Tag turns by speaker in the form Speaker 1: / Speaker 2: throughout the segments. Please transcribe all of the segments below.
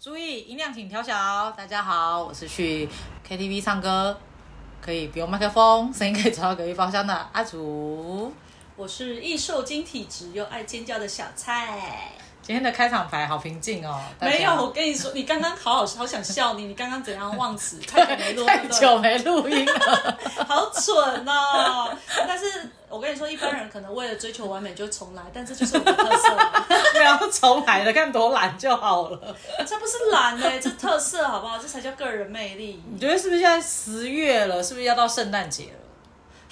Speaker 1: 注意音量，请调小。哦大家好，我是去 KTV 唱歌，可以不用麦克风，声音可以传到隔壁包厢的阿竹。
Speaker 2: 我是易受精体质又爱尖叫的小菜。
Speaker 1: 今天的开场白好平静哦，大家
Speaker 2: 没有，我跟你说，你刚刚好好好想笑你，你刚刚怎样忘词？ 太久没录，
Speaker 1: 太
Speaker 2: 对不对
Speaker 1: 久没录音了。
Speaker 2: 好蠢哦！但是我跟你说，一般人可能为了追求完美就重来，但这就是我的特色嘛。
Speaker 1: 不要重来了，看多懒就好了。
Speaker 2: 这不是懒哎、这特色好不好？这才叫个人魅力。
Speaker 1: 你觉得是不是现在十月了？是不是要到圣诞节了？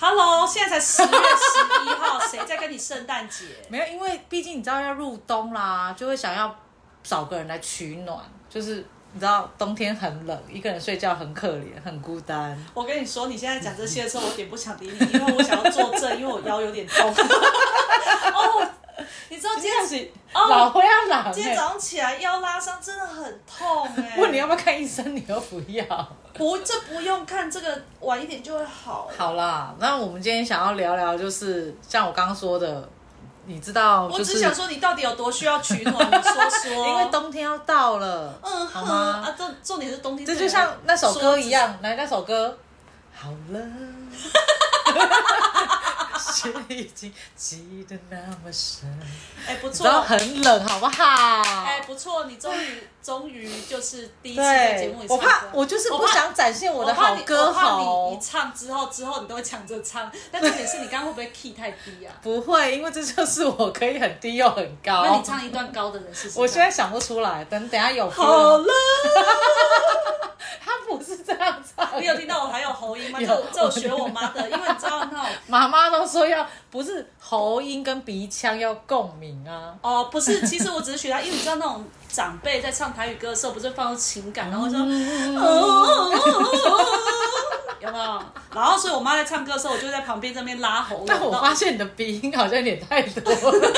Speaker 2: Hello，现在才十月十一 号，谁在跟你圣诞节？
Speaker 1: 没有，因为毕竟你知道要入冬啦，就会想要找个人来取暖。就是你知道冬天很冷，一个人睡觉很可怜，很孤单。
Speaker 2: 我跟你说，你现在讲这些的时候，我有点不想理你，因为我想要作证，因为我腰有点痛。 哦，你知道今天
Speaker 1: 是
Speaker 2: 哦
Speaker 1: 老会要老、
Speaker 2: 今天
Speaker 1: 欸。
Speaker 2: 早上起来腰拉伤真的很 痛哎、
Speaker 1: 问你要不要看医生，你又不要。
Speaker 2: 不，这不用看，这个晚一点就会好。
Speaker 1: 好啦，那我们今天想要聊聊，就是像我刚刚说的，你知道，
Speaker 2: 我
Speaker 1: 就是
Speaker 2: 只想说，你到底有多需要取暖？你 说说。
Speaker 1: 因为冬天要到了，
Speaker 2: 嗯
Speaker 1: 好
Speaker 2: 哼
Speaker 1: 吗？
Speaker 2: 啊，这重点是冬天
Speaker 1: 这
Speaker 2: 最
Speaker 1: 就
Speaker 2: 冷的。
Speaker 1: 像那首歌一
Speaker 2: 说
Speaker 1: 样，来那首歌，好了，雪已经积得那么深，
Speaker 2: 只是。哎、不
Speaker 1: 你知道
Speaker 2: 错。
Speaker 1: 很冷，好不好？
Speaker 2: 哎、不错，你终于终于就是第一次在节
Speaker 1: 对
Speaker 2: 目，里
Speaker 1: 我
Speaker 2: 唱
Speaker 1: 怕
Speaker 2: 歌
Speaker 1: 我就是
Speaker 2: 啊我
Speaker 1: 不
Speaker 2: 怕
Speaker 1: 想展现我
Speaker 2: 我
Speaker 1: 的
Speaker 2: 怕
Speaker 1: 好
Speaker 2: 你
Speaker 1: 歌
Speaker 2: 我怕你
Speaker 1: 喉
Speaker 2: 一，唱之后，之后你都会抢着唱，但重点是你刚刚会不会 key 太低 啊？
Speaker 1: 不会，因为这就是我可以很低又很高。
Speaker 2: 那你唱一段高的人试试看。
Speaker 1: 我现在想不出来，等等一下有歌
Speaker 2: 好了，
Speaker 1: 他不是这样唱
Speaker 2: 你。有听到我还有喉音吗？
Speaker 1: 有
Speaker 2: 这这我学我妈的，因 为你知道那种
Speaker 1: 妈妈都说要不是喉音跟鼻腔要共鸣啊，
Speaker 2: 哦，不是，其实我只是学她，因为你知道那种长辈在唱台语歌的时候，不是放入情感，然后说，
Speaker 1: 嗯
Speaker 2: 哦， 有没有？然后所以我妈在唱歌的时候，我就在旁边这边拉喉咙。
Speaker 1: 但我
Speaker 2: 然后
Speaker 1: 发现你的鼻音好像有点太多 了。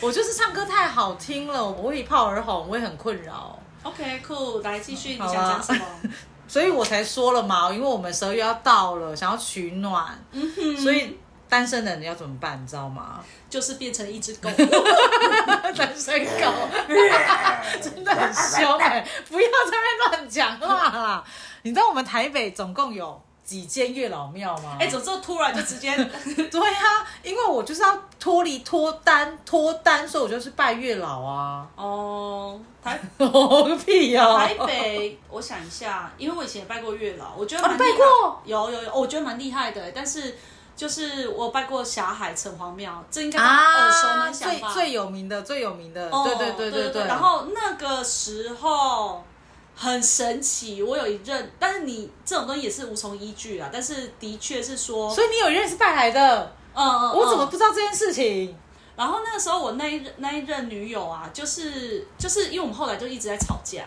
Speaker 1: 我就是唱歌太好听了，我为一炮而红，我也很困扰，
Speaker 2: OK cool，来继续，你
Speaker 1: 好啊
Speaker 2: 想讲什么？
Speaker 1: 所以我才说了嘛，因为我们十二月要到了，想要取暖，
Speaker 2: 嗯
Speaker 1: 所以单身的人要怎么办，你知道吗？
Speaker 2: 就是变成一只 狗。
Speaker 1: 单身狗
Speaker 2: 哎
Speaker 1: 真的很凶哎、不要在那边乱讲话啦！你知道我们台北总共有几间月老庙吗？
Speaker 2: 哎、总之突然就直接，
Speaker 1: 对啊，因为我就是要脱离脱单脱单，所以我就是拜月老啊。
Speaker 2: 哦， 台
Speaker 1: 我个屁呀、
Speaker 2: 台北，我想一下，因为我以前也拜过月老，我觉得
Speaker 1: 哦
Speaker 2: 蛮
Speaker 1: 你
Speaker 2: 厉
Speaker 1: 拜
Speaker 2: 害、
Speaker 1: 过
Speaker 2: 有有有，哦我觉得蛮厉害的。但是就是我拜过霞海城隍庙，这应该
Speaker 1: 啊，
Speaker 2: 耳熟能详
Speaker 1: 最
Speaker 2: 吧？
Speaker 1: 最有名的最有名的，
Speaker 2: 哦
Speaker 1: 对
Speaker 2: 对
Speaker 1: 对
Speaker 2: 对
Speaker 1: 对。
Speaker 2: 然后那个时候很神奇，我有一任，但是你这种东西也是无从依据啊啦。但是的确是说，
Speaker 1: 所以你有认识拜来的，
Speaker 2: 嗯嗯，
Speaker 1: 我怎么
Speaker 2: 嗯
Speaker 1: 不知道这件事情？
Speaker 2: 然后那个时候我那一任那一任女友啊，就是就是因为我们后来就一直在吵架，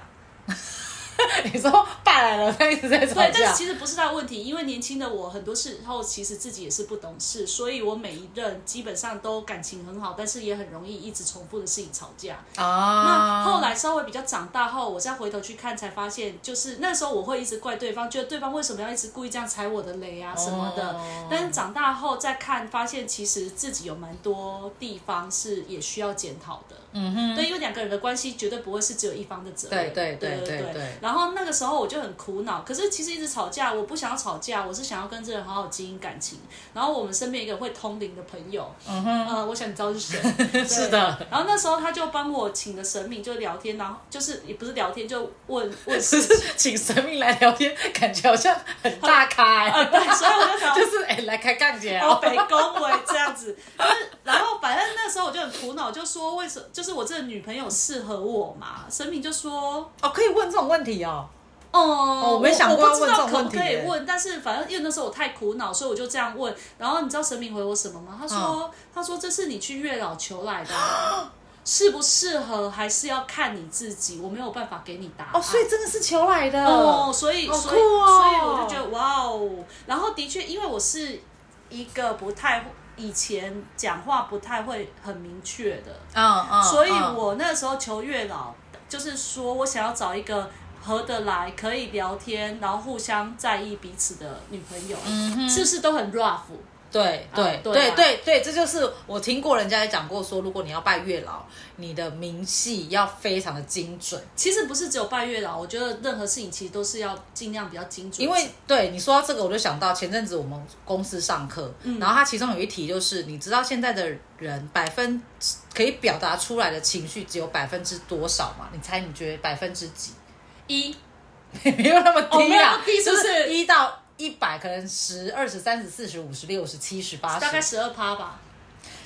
Speaker 1: 你说拜来了，他一直在 吵
Speaker 2: 对，但
Speaker 1: 架
Speaker 2: 是。其实不是大问题，因为年轻的我很多时候其实自己也是不懂事，所以我每一任基本上都感情很好，但是也很容易一直重复的事情吵架。那
Speaker 1: 啊，
Speaker 2: 后 来稍微比较长大后，我再回头去看，才发现就是那时候我会一直怪对方，觉得对方为什么要一直故意这样踩我的雷啊什么的。
Speaker 1: 哦
Speaker 2: 但是长大后再看，发现其实自己有蛮多地方是也需要检讨的。
Speaker 1: 嗯哼，
Speaker 2: 对，因为两个人的关系绝对不会是只有一方的责任。
Speaker 1: 对对对
Speaker 2: 对
Speaker 1: 对对
Speaker 2: 然后那个时候我就很苦恼，可是其实一直吵架，我不想要吵架，我是想要跟这个人好好经营感情。然后我们身边一个会通灵的朋友，嗯哼，呃，我想你知道是谁？ 对
Speaker 1: 是的。
Speaker 2: 然后那时候他就帮我请了神明，就聊天，然后就是也不是聊天，就问问
Speaker 1: 不
Speaker 2: 事情。
Speaker 1: 是请神明来聊天，感觉好像很大 咖、
Speaker 2: 啊，
Speaker 1: 欸，
Speaker 2: 对，所以我就 想，
Speaker 1: 就是哎、来开杠姐
Speaker 2: 哦，
Speaker 1: 哦，
Speaker 2: 北恭维这样子，就是然后反正那时候我就很苦恼，就说为什么就是我这个女朋友适合我嘛？神明就说
Speaker 1: 哦，可以问这种问题哦。
Speaker 2: 哦
Speaker 1: 我没想过
Speaker 2: 我
Speaker 1: 要
Speaker 2: 不
Speaker 1: 问
Speaker 2: 知
Speaker 1: 这
Speaker 2: 道
Speaker 1: 种
Speaker 2: 可
Speaker 1: 问
Speaker 2: 不
Speaker 1: 题
Speaker 2: 可
Speaker 1: 耶
Speaker 2: 以问，但是反正因为那时候我太苦恼，所以我就这样问。然后你知道神明回我什么吗？他说：“
Speaker 1: 嗯
Speaker 2: 他说这是你去月老求来的啊、 适不适合还是要看你自己，我没有办法给你答案。”
Speaker 1: 哦，所以真的是求来的
Speaker 2: 哦，所以
Speaker 1: 好
Speaker 2: 所
Speaker 1: 酷
Speaker 2: 以
Speaker 1: 哦
Speaker 2: 所以我就觉得哇哦，然后的确，因为我是一个不太以前讲话不太会很明确的，
Speaker 1: 嗯嗯，
Speaker 2: 所以
Speaker 1: 嗯
Speaker 2: 我那时候求月老，就是说我想要找一个合得来、可
Speaker 1: 嗯
Speaker 2: 以聊天，然后互相在意彼此的女朋友，是不是都很 rough？
Speaker 1: 对
Speaker 2: 啊
Speaker 1: 对
Speaker 2: 对
Speaker 1: 对
Speaker 2: 啊
Speaker 1: 对对，这就是我听过人家也讲过说，如果你要拜月老，你的明细要非常的精准，
Speaker 2: 其实不是只有拜月老，我觉得任何事情其实都是要尽量比较精准。
Speaker 1: 因为对你说到这个，我就想到前阵子我们公司上课，
Speaker 2: 嗯
Speaker 1: 然后它其中有一题就是，你知道现在的人百分可以表达出来的情绪只有百分之多少吗？你猜你觉得百分之几？
Speaker 2: 一
Speaker 1: 没有那么
Speaker 2: 哦
Speaker 1: 低
Speaker 2: 没有那
Speaker 1: 啊
Speaker 2: 么，低
Speaker 1: 就是
Speaker 2: 不是
Speaker 1: 一到一百，可能十、二十、三十、四十、五十、六十、七十、八十，
Speaker 2: 大概十二趴吧，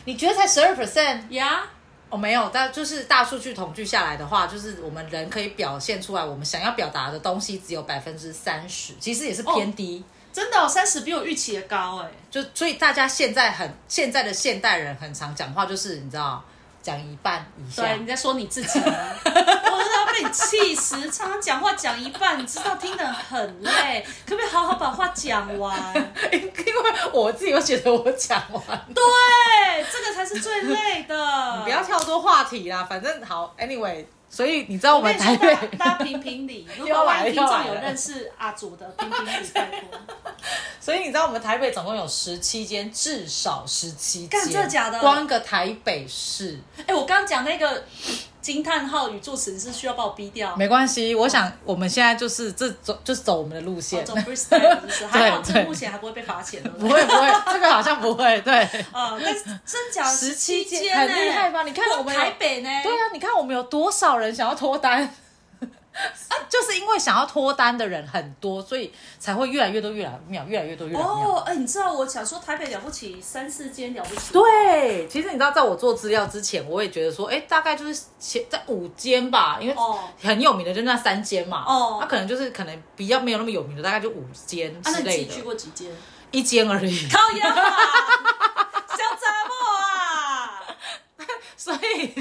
Speaker 1: 你觉得才十二 percent？
Speaker 2: 呀、
Speaker 1: 哦，没有，但就是大数据统计下来的话，就是我们人可以表现出来我们想要表达的东西只有百分之三十，其实也是偏低。
Speaker 2: 真的、哦，三十比我预期的高哎、
Speaker 1: 就所以大家现在很现在的现代人很常讲话，就是你知道讲一半以下
Speaker 2: 对，，啊你在说你自 己吗？我真的要被你气死！常常讲话讲一半，你知道听得很累，可不可以好好把话讲 完？
Speaker 1: 因为我自己又觉得我讲完，
Speaker 2: 嗯对，这个才是最累的。
Speaker 1: 不要跳多话题啦，反正好，anyway，所以你知道我
Speaker 2: 我跟
Speaker 1: 们台
Speaker 2: 你说，
Speaker 1: 北
Speaker 2: 大。家大家评评理。如
Speaker 1: 又
Speaker 2: 果
Speaker 1: 来
Speaker 2: 万
Speaker 1: 了
Speaker 2: 一听众
Speaker 1: 又
Speaker 2: 有
Speaker 1: 来了
Speaker 2: 认识阿祖的，评评理拜托。
Speaker 1: 所以你知道我们台北总共有十七间，至少十七间，
Speaker 2: 干真的假的
Speaker 1: 光一个台北市，
Speaker 2: 哎、我刚刚讲那个惊叹号语助词，你是需要把我逼掉。
Speaker 1: 没关系。我想我们现在就是这走，就是走我们的路线，
Speaker 2: 哦走 freestyle 是不 是？还好
Speaker 1: 对
Speaker 2: 这
Speaker 1: 对
Speaker 2: 目前还不会被罚钱的。
Speaker 1: 不会不会，这个好像不会。对，
Speaker 2: 啊，但是真假
Speaker 1: 17
Speaker 2: 17
Speaker 1: 间
Speaker 2: 间
Speaker 1: 很
Speaker 2: 呢
Speaker 1: 厉害吧你看
Speaker 2: 光
Speaker 1: 我们有
Speaker 2: 台北呢，
Speaker 1: 对啊，你看我们有多少人想要脱单？ 啊，就是因为想要脱单的人很多，所以才会越来越多，越来越多，越来越多，越来越多。
Speaker 2: 哦，哎、你知道我想说台北了不起，三四间了不起。啊
Speaker 1: 对，其实你知道，在我做资料之前，我也觉得说，哎，大概就是前在五间吧，因为
Speaker 2: 哦
Speaker 1: 很有名的就那三间嘛，啊
Speaker 2: 哦
Speaker 1: 那、可能就是可能比较没有那么有名的，大概就五间
Speaker 2: 啊，那
Speaker 1: 之
Speaker 2: 你自
Speaker 1: 类
Speaker 2: 己
Speaker 1: 的，
Speaker 2: 去过几间？
Speaker 1: 一间而已。
Speaker 2: 高压啊，小杂货啊，
Speaker 1: 所以，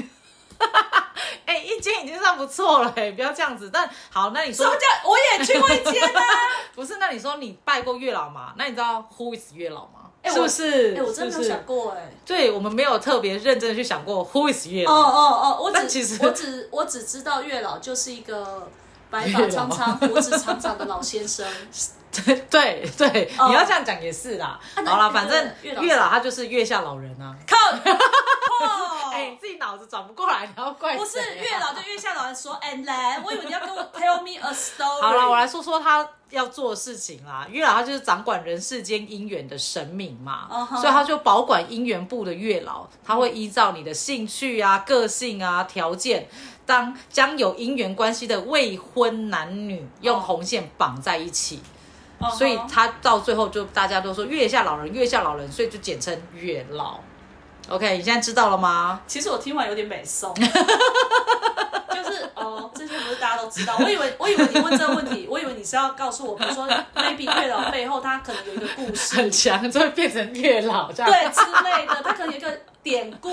Speaker 1: 哎、一间已经算不错了、哎，不要这样子。但好，那你
Speaker 2: 什
Speaker 1: 说
Speaker 2: 么叫我也去过一间 呢、啊？
Speaker 1: 不是？那你说你拜过月老吗？那你知道 Who is 月老吗？
Speaker 2: 哎我
Speaker 1: 是不是？
Speaker 2: 哎、我真的没有
Speaker 1: 是
Speaker 2: 想
Speaker 1: 不是
Speaker 2: 过哎、
Speaker 1: 对我们没有特别认真的去想过 Who is 月
Speaker 2: 哦
Speaker 1: 老。
Speaker 2: 哦哦，我
Speaker 1: 但
Speaker 2: 只
Speaker 1: 啊其实
Speaker 2: 我只我只知道月老就是一个白
Speaker 1: 月
Speaker 2: 发
Speaker 1: 老
Speaker 2: 苍苍、胡子长长的老先 生。
Speaker 1: 对对对，
Speaker 2: 哦啊
Speaker 1: 你要这样讲也是啦。
Speaker 2: 那
Speaker 1: 好啦，
Speaker 2: 那
Speaker 1: 反正
Speaker 2: 月老
Speaker 1: 月老他就是月下老人啊。
Speaker 2: 靠！
Speaker 1: 哎、你自己脑子转不过来，你要怪谁啊、
Speaker 2: 哦不是月老对月下老人说，and then 我以为你要跟我 tell me a story。
Speaker 1: 好了，我来说说他要做的事情啦。月老他就是掌管人世间姻缘的神明嘛
Speaker 2: 嗯哼
Speaker 1: 所以他就保管姻缘部的月老，他会依照你的兴趣啊、个性啊、条件，当将有姻缘关系的未婚男女用
Speaker 2: 哦
Speaker 1: 红线绑在一起。
Speaker 2: 嗯哼，
Speaker 1: 所以他到最后就大家都说月下老人，月下老人，所以就简称月 老。OK，你现在知道了吗？
Speaker 2: 其实我听完有点美松， 就是哦，这些不是大家都知道。我以为我以为你问这个问题，我以为你是要告诉我，比如说 maybe 月老背后他可能有一个故 事，
Speaker 1: 很强就会变成月老这样。
Speaker 2: 对之类的，他可能有一个典故。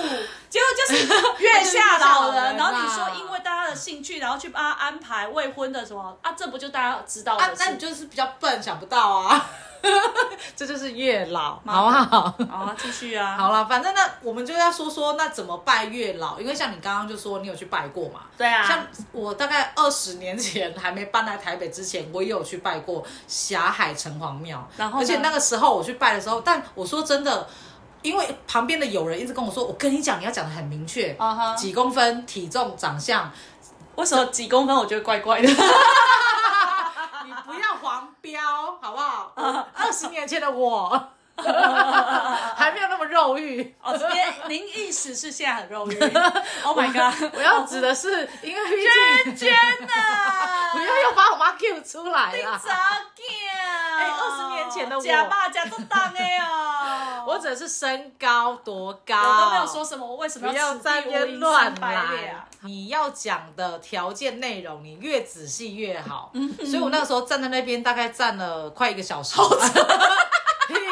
Speaker 2: 结果就是月下老 人，然后你说因为大家的兴趣，然后去帮他安排未婚的什么啊，这不就大家知道
Speaker 1: 啊
Speaker 2: 的，事
Speaker 1: 那你就是比较笨，想不到啊。 这就是月老，
Speaker 2: 妈
Speaker 1: 好不好？
Speaker 2: 好啊，继续 啊，
Speaker 1: 好了，反正那我们就要说说那怎么拜月老，因为像你刚刚就说你有去拜过嘛。
Speaker 2: 对啊，
Speaker 1: 像我大概二十年前还没搬来台北之前，我也有去拜过霞海城隍庙。
Speaker 2: 然后
Speaker 1: 而
Speaker 2: 呢
Speaker 1: 且那个时候我去拜的时候，但我说真的，因为旁边的友人一直跟我说，我跟你讲，你要讲的很明确
Speaker 2: 啊哈
Speaker 1: 几公分、体重、长相，
Speaker 2: 为什么几公分我觉得 怪怪的？
Speaker 1: 你
Speaker 2: 啊
Speaker 1: 不要黄标，好不好？ 二十年前的我还没有那么肉欲。
Speaker 2: 哦，这边您意思是现在很 肉欲？Oh my god！
Speaker 1: 我要指的是，因为毕竟
Speaker 2: 真 的，
Speaker 1: 不要又把我妈 Q 出来
Speaker 2: 你
Speaker 1: 啦。
Speaker 2: 早讲，
Speaker 1: 哎20年前的我
Speaker 2: 假爸假都当哎 哦，
Speaker 1: 我指的是身高多高，
Speaker 2: 我都没有说什么，我为什么
Speaker 1: 不要
Speaker 2: 此
Speaker 1: 在
Speaker 2: 地
Speaker 1: 那
Speaker 2: 无
Speaker 1: 边
Speaker 2: 银
Speaker 1: 乱
Speaker 2: 三百啊两
Speaker 1: 来？你要讲的条件内容，你越仔细越好。
Speaker 2: 嗯
Speaker 1: 所以我那个时候站在那边，大概站了快一个小时。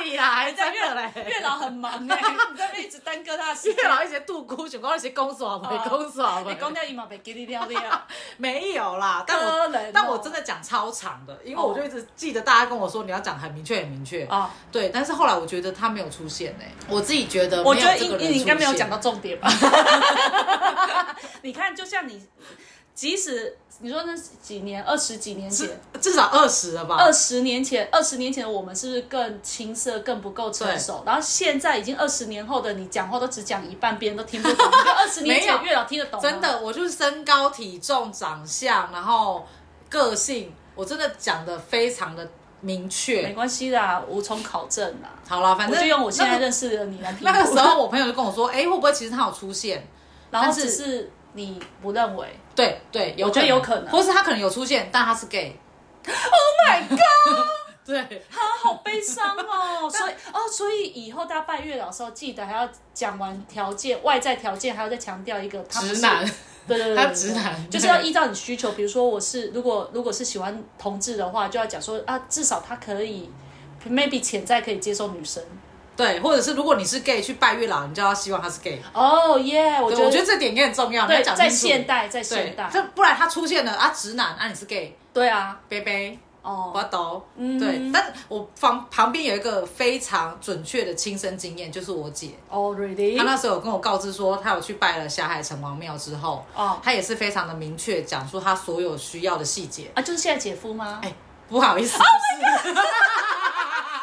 Speaker 1: 屁呀，还真的嘞！
Speaker 2: 月老很忙哎，你在那边一直耽搁他 的时间
Speaker 1: 月。老一欸直度孤，想讲那些公耍 没公耍
Speaker 2: 你
Speaker 1: 没，
Speaker 2: 讲掉伊嘛被给你了了，
Speaker 1: 没有啦。但
Speaker 2: 可
Speaker 1: 我
Speaker 2: 能哦
Speaker 1: 但我真的讲超长的，因为我就一直记得大家跟我说你要讲很明确很明确
Speaker 2: 啊。
Speaker 1: 对，但是后来我觉得他没有出现哎，哦我自己觉得
Speaker 2: 我觉得
Speaker 1: 这个
Speaker 2: 你
Speaker 1: 人
Speaker 2: 你应该没有
Speaker 1: 出现
Speaker 2: 讲到重点吧？你看，就像你即使你说那几年，二十几年前
Speaker 1: 至，至少二十了吧？
Speaker 2: 二十年前，二十年前的我们是不是更青涩、更不够成熟？然后现在已经二十年后的你，讲话都只讲一半，别人都 听不懂。你就二十年
Speaker 1: 没
Speaker 2: 前
Speaker 1: 有
Speaker 2: 月老听得懂啊吗
Speaker 1: 真，的，我就是身高、体重、长相，然后个性，我真的讲的非常的明
Speaker 2: 没
Speaker 1: 确。
Speaker 2: 关系啦，无从考证啦。
Speaker 1: 好了，反
Speaker 2: 我
Speaker 1: 正
Speaker 2: 就用我现在
Speaker 1: 那个
Speaker 2: 认识的你来评
Speaker 1: 那个
Speaker 2: 估
Speaker 1: 时，候，我朋友就跟我说，哎、会不会其实他有出现？
Speaker 2: 然后
Speaker 1: 但是
Speaker 2: 只是你不认为。
Speaker 1: 对对，有
Speaker 2: 我觉得有可能
Speaker 1: 或是他可能有出现，但他是 gay。Oh my god！对，
Speaker 2: 啊， 好悲伤 哦！所以哦，所以以后大家拜月老的时候，记得还要讲完条件、外在条件，还要再强调一个他不是
Speaker 1: 直男，
Speaker 2: 对对对对
Speaker 1: 他
Speaker 2: 对
Speaker 1: 直男
Speaker 2: 就是要依照你需求。比如说，我是如果如果是喜欢同志的话，就要讲说啊，至少他可以，maybe 潜在可以接受女生。
Speaker 1: 对，或者是如果你是 gay 去拜月老，你就要希望他是 gay。
Speaker 2: 哦耶，我
Speaker 1: 对
Speaker 2: 觉得
Speaker 1: 我觉得这点也很重要，你要
Speaker 2: 对，
Speaker 1: 讲
Speaker 2: 在
Speaker 1: 清楚
Speaker 2: 现代，在现
Speaker 1: 对
Speaker 2: 代，，
Speaker 1: 这不然他出现了啊，直男啊，你是 gay，
Speaker 2: 对啊，
Speaker 1: 拜拜。我
Speaker 2: 哦，
Speaker 1: 懂，
Speaker 2: 嗯
Speaker 1: 对，但我旁旁边有一个非常准确的亲身经验，就是我姐，
Speaker 2: 哦
Speaker 1: 她
Speaker 2: ，really，
Speaker 1: 那时候有跟我告知说，她有去拜了霞海城隍庙之后，
Speaker 2: 哦
Speaker 1: 她也是非常的明确讲出她所有需要的细节。
Speaker 2: 啊，就是现在姐夫吗？
Speaker 1: 哎，不好意思，
Speaker 2: Oh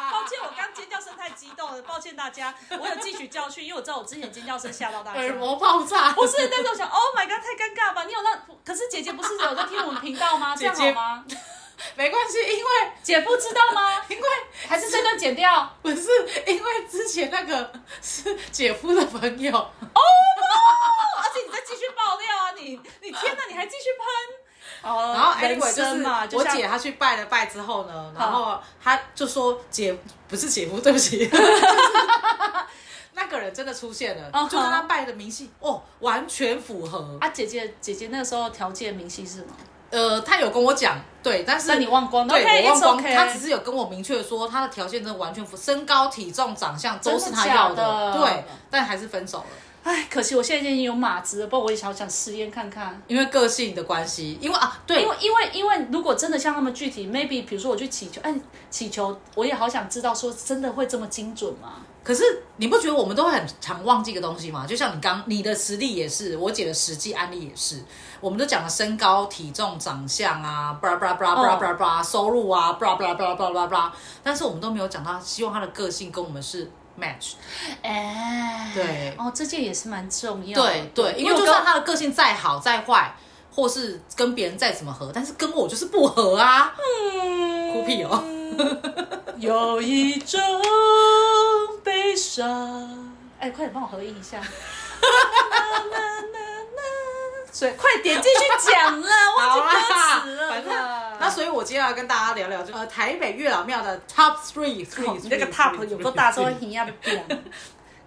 Speaker 2: 抱歉，我刚尖叫声太激动了，抱歉大家，我有汲取教训，因为我知道我之前尖叫声吓到 大
Speaker 1: 耳
Speaker 2: 家。
Speaker 1: 膜爆炸，
Speaker 2: 不是，但是我想，Oh my god，太尴尬吧？你有让，可是姐姐不是有在听我们频道 吗？这
Speaker 1: 姐
Speaker 2: 样
Speaker 1: 姐
Speaker 2: 好吗？
Speaker 1: 没关系，因为
Speaker 2: 姐夫知道吗？
Speaker 1: 因为
Speaker 2: 还是这段剪掉？Oh
Speaker 1: 不是因为之前那个是姐夫的朋友，
Speaker 2: no！而且你再继续爆料啊，你你天哪，你还继续喷？哦，
Speaker 1: 然后
Speaker 2: 人
Speaker 1: anyway
Speaker 2: 生嘛，
Speaker 1: 就是我
Speaker 2: 像
Speaker 1: 姐她去拜了拜之后呢，然
Speaker 2: 好
Speaker 1: 后她就说姐不是姐夫，对不 起，那个人真的出现了，
Speaker 2: 嗯哼
Speaker 1: 就跟她拜的明细哦完全符合。
Speaker 2: 啊，姐姐姐姐那个时候条件明细是吗？
Speaker 1: 呃，她有跟我讲，对，但是
Speaker 2: 那你忘光了
Speaker 1: 对我忘光，
Speaker 2: ，OK，it's
Speaker 1: 她
Speaker 2: OK
Speaker 1: 只是有跟我明确说她的条件真的完全符，身高、体重、长相都是
Speaker 2: 真的
Speaker 1: 她
Speaker 2: 假
Speaker 1: 要
Speaker 2: 的
Speaker 1: 对，但还是分手了，
Speaker 2: 哎，可惜我现在已经有马子了，不然我也好想试验看看。
Speaker 1: 因为个性的关系，因为啊，对
Speaker 2: 因，为因为因为如果真的像他们具体，maybe 比如说我去祈求，哎，祈求我也好想知道说真的会这么精准吗？
Speaker 1: 可是你不觉得我们都会很常忘记一个东西吗？就像你刚你的实例也是，我姐的实际案例也是，我们都讲了身高、体重、长相啊，布拉布拉布拉布拉
Speaker 2: 哦
Speaker 1: 布拉布拉，收入啊，布拉布拉布拉布拉布拉布拉，但是我们都没有讲到，希望她的个性跟我们是 match。
Speaker 2: 哎，
Speaker 1: 对
Speaker 2: 哦，这件也是蛮重要的。
Speaker 1: 对对，因为
Speaker 2: 我
Speaker 1: 就
Speaker 2: 刚
Speaker 1: 算她的个性再好再坏，或是跟别人再怎么合，但是跟我就是不合啊。嗯，哭屁哦。
Speaker 2: 有一种悲伤。哎，快点帮我合影一 下。所以 快点继续讲了，忘
Speaker 1: 好
Speaker 2: 记
Speaker 1: 啦
Speaker 2: 歌词，了。
Speaker 1: 反正那所以，我接下来跟大家聊聊，就呃，台北月老庙的 top three，
Speaker 2: 靠
Speaker 1: three，
Speaker 2: 哦你那个
Speaker 1: three，
Speaker 2: top
Speaker 1: three，
Speaker 2: 有
Speaker 1: three，
Speaker 2: 多大，稍微
Speaker 1: three
Speaker 2: 一下 变，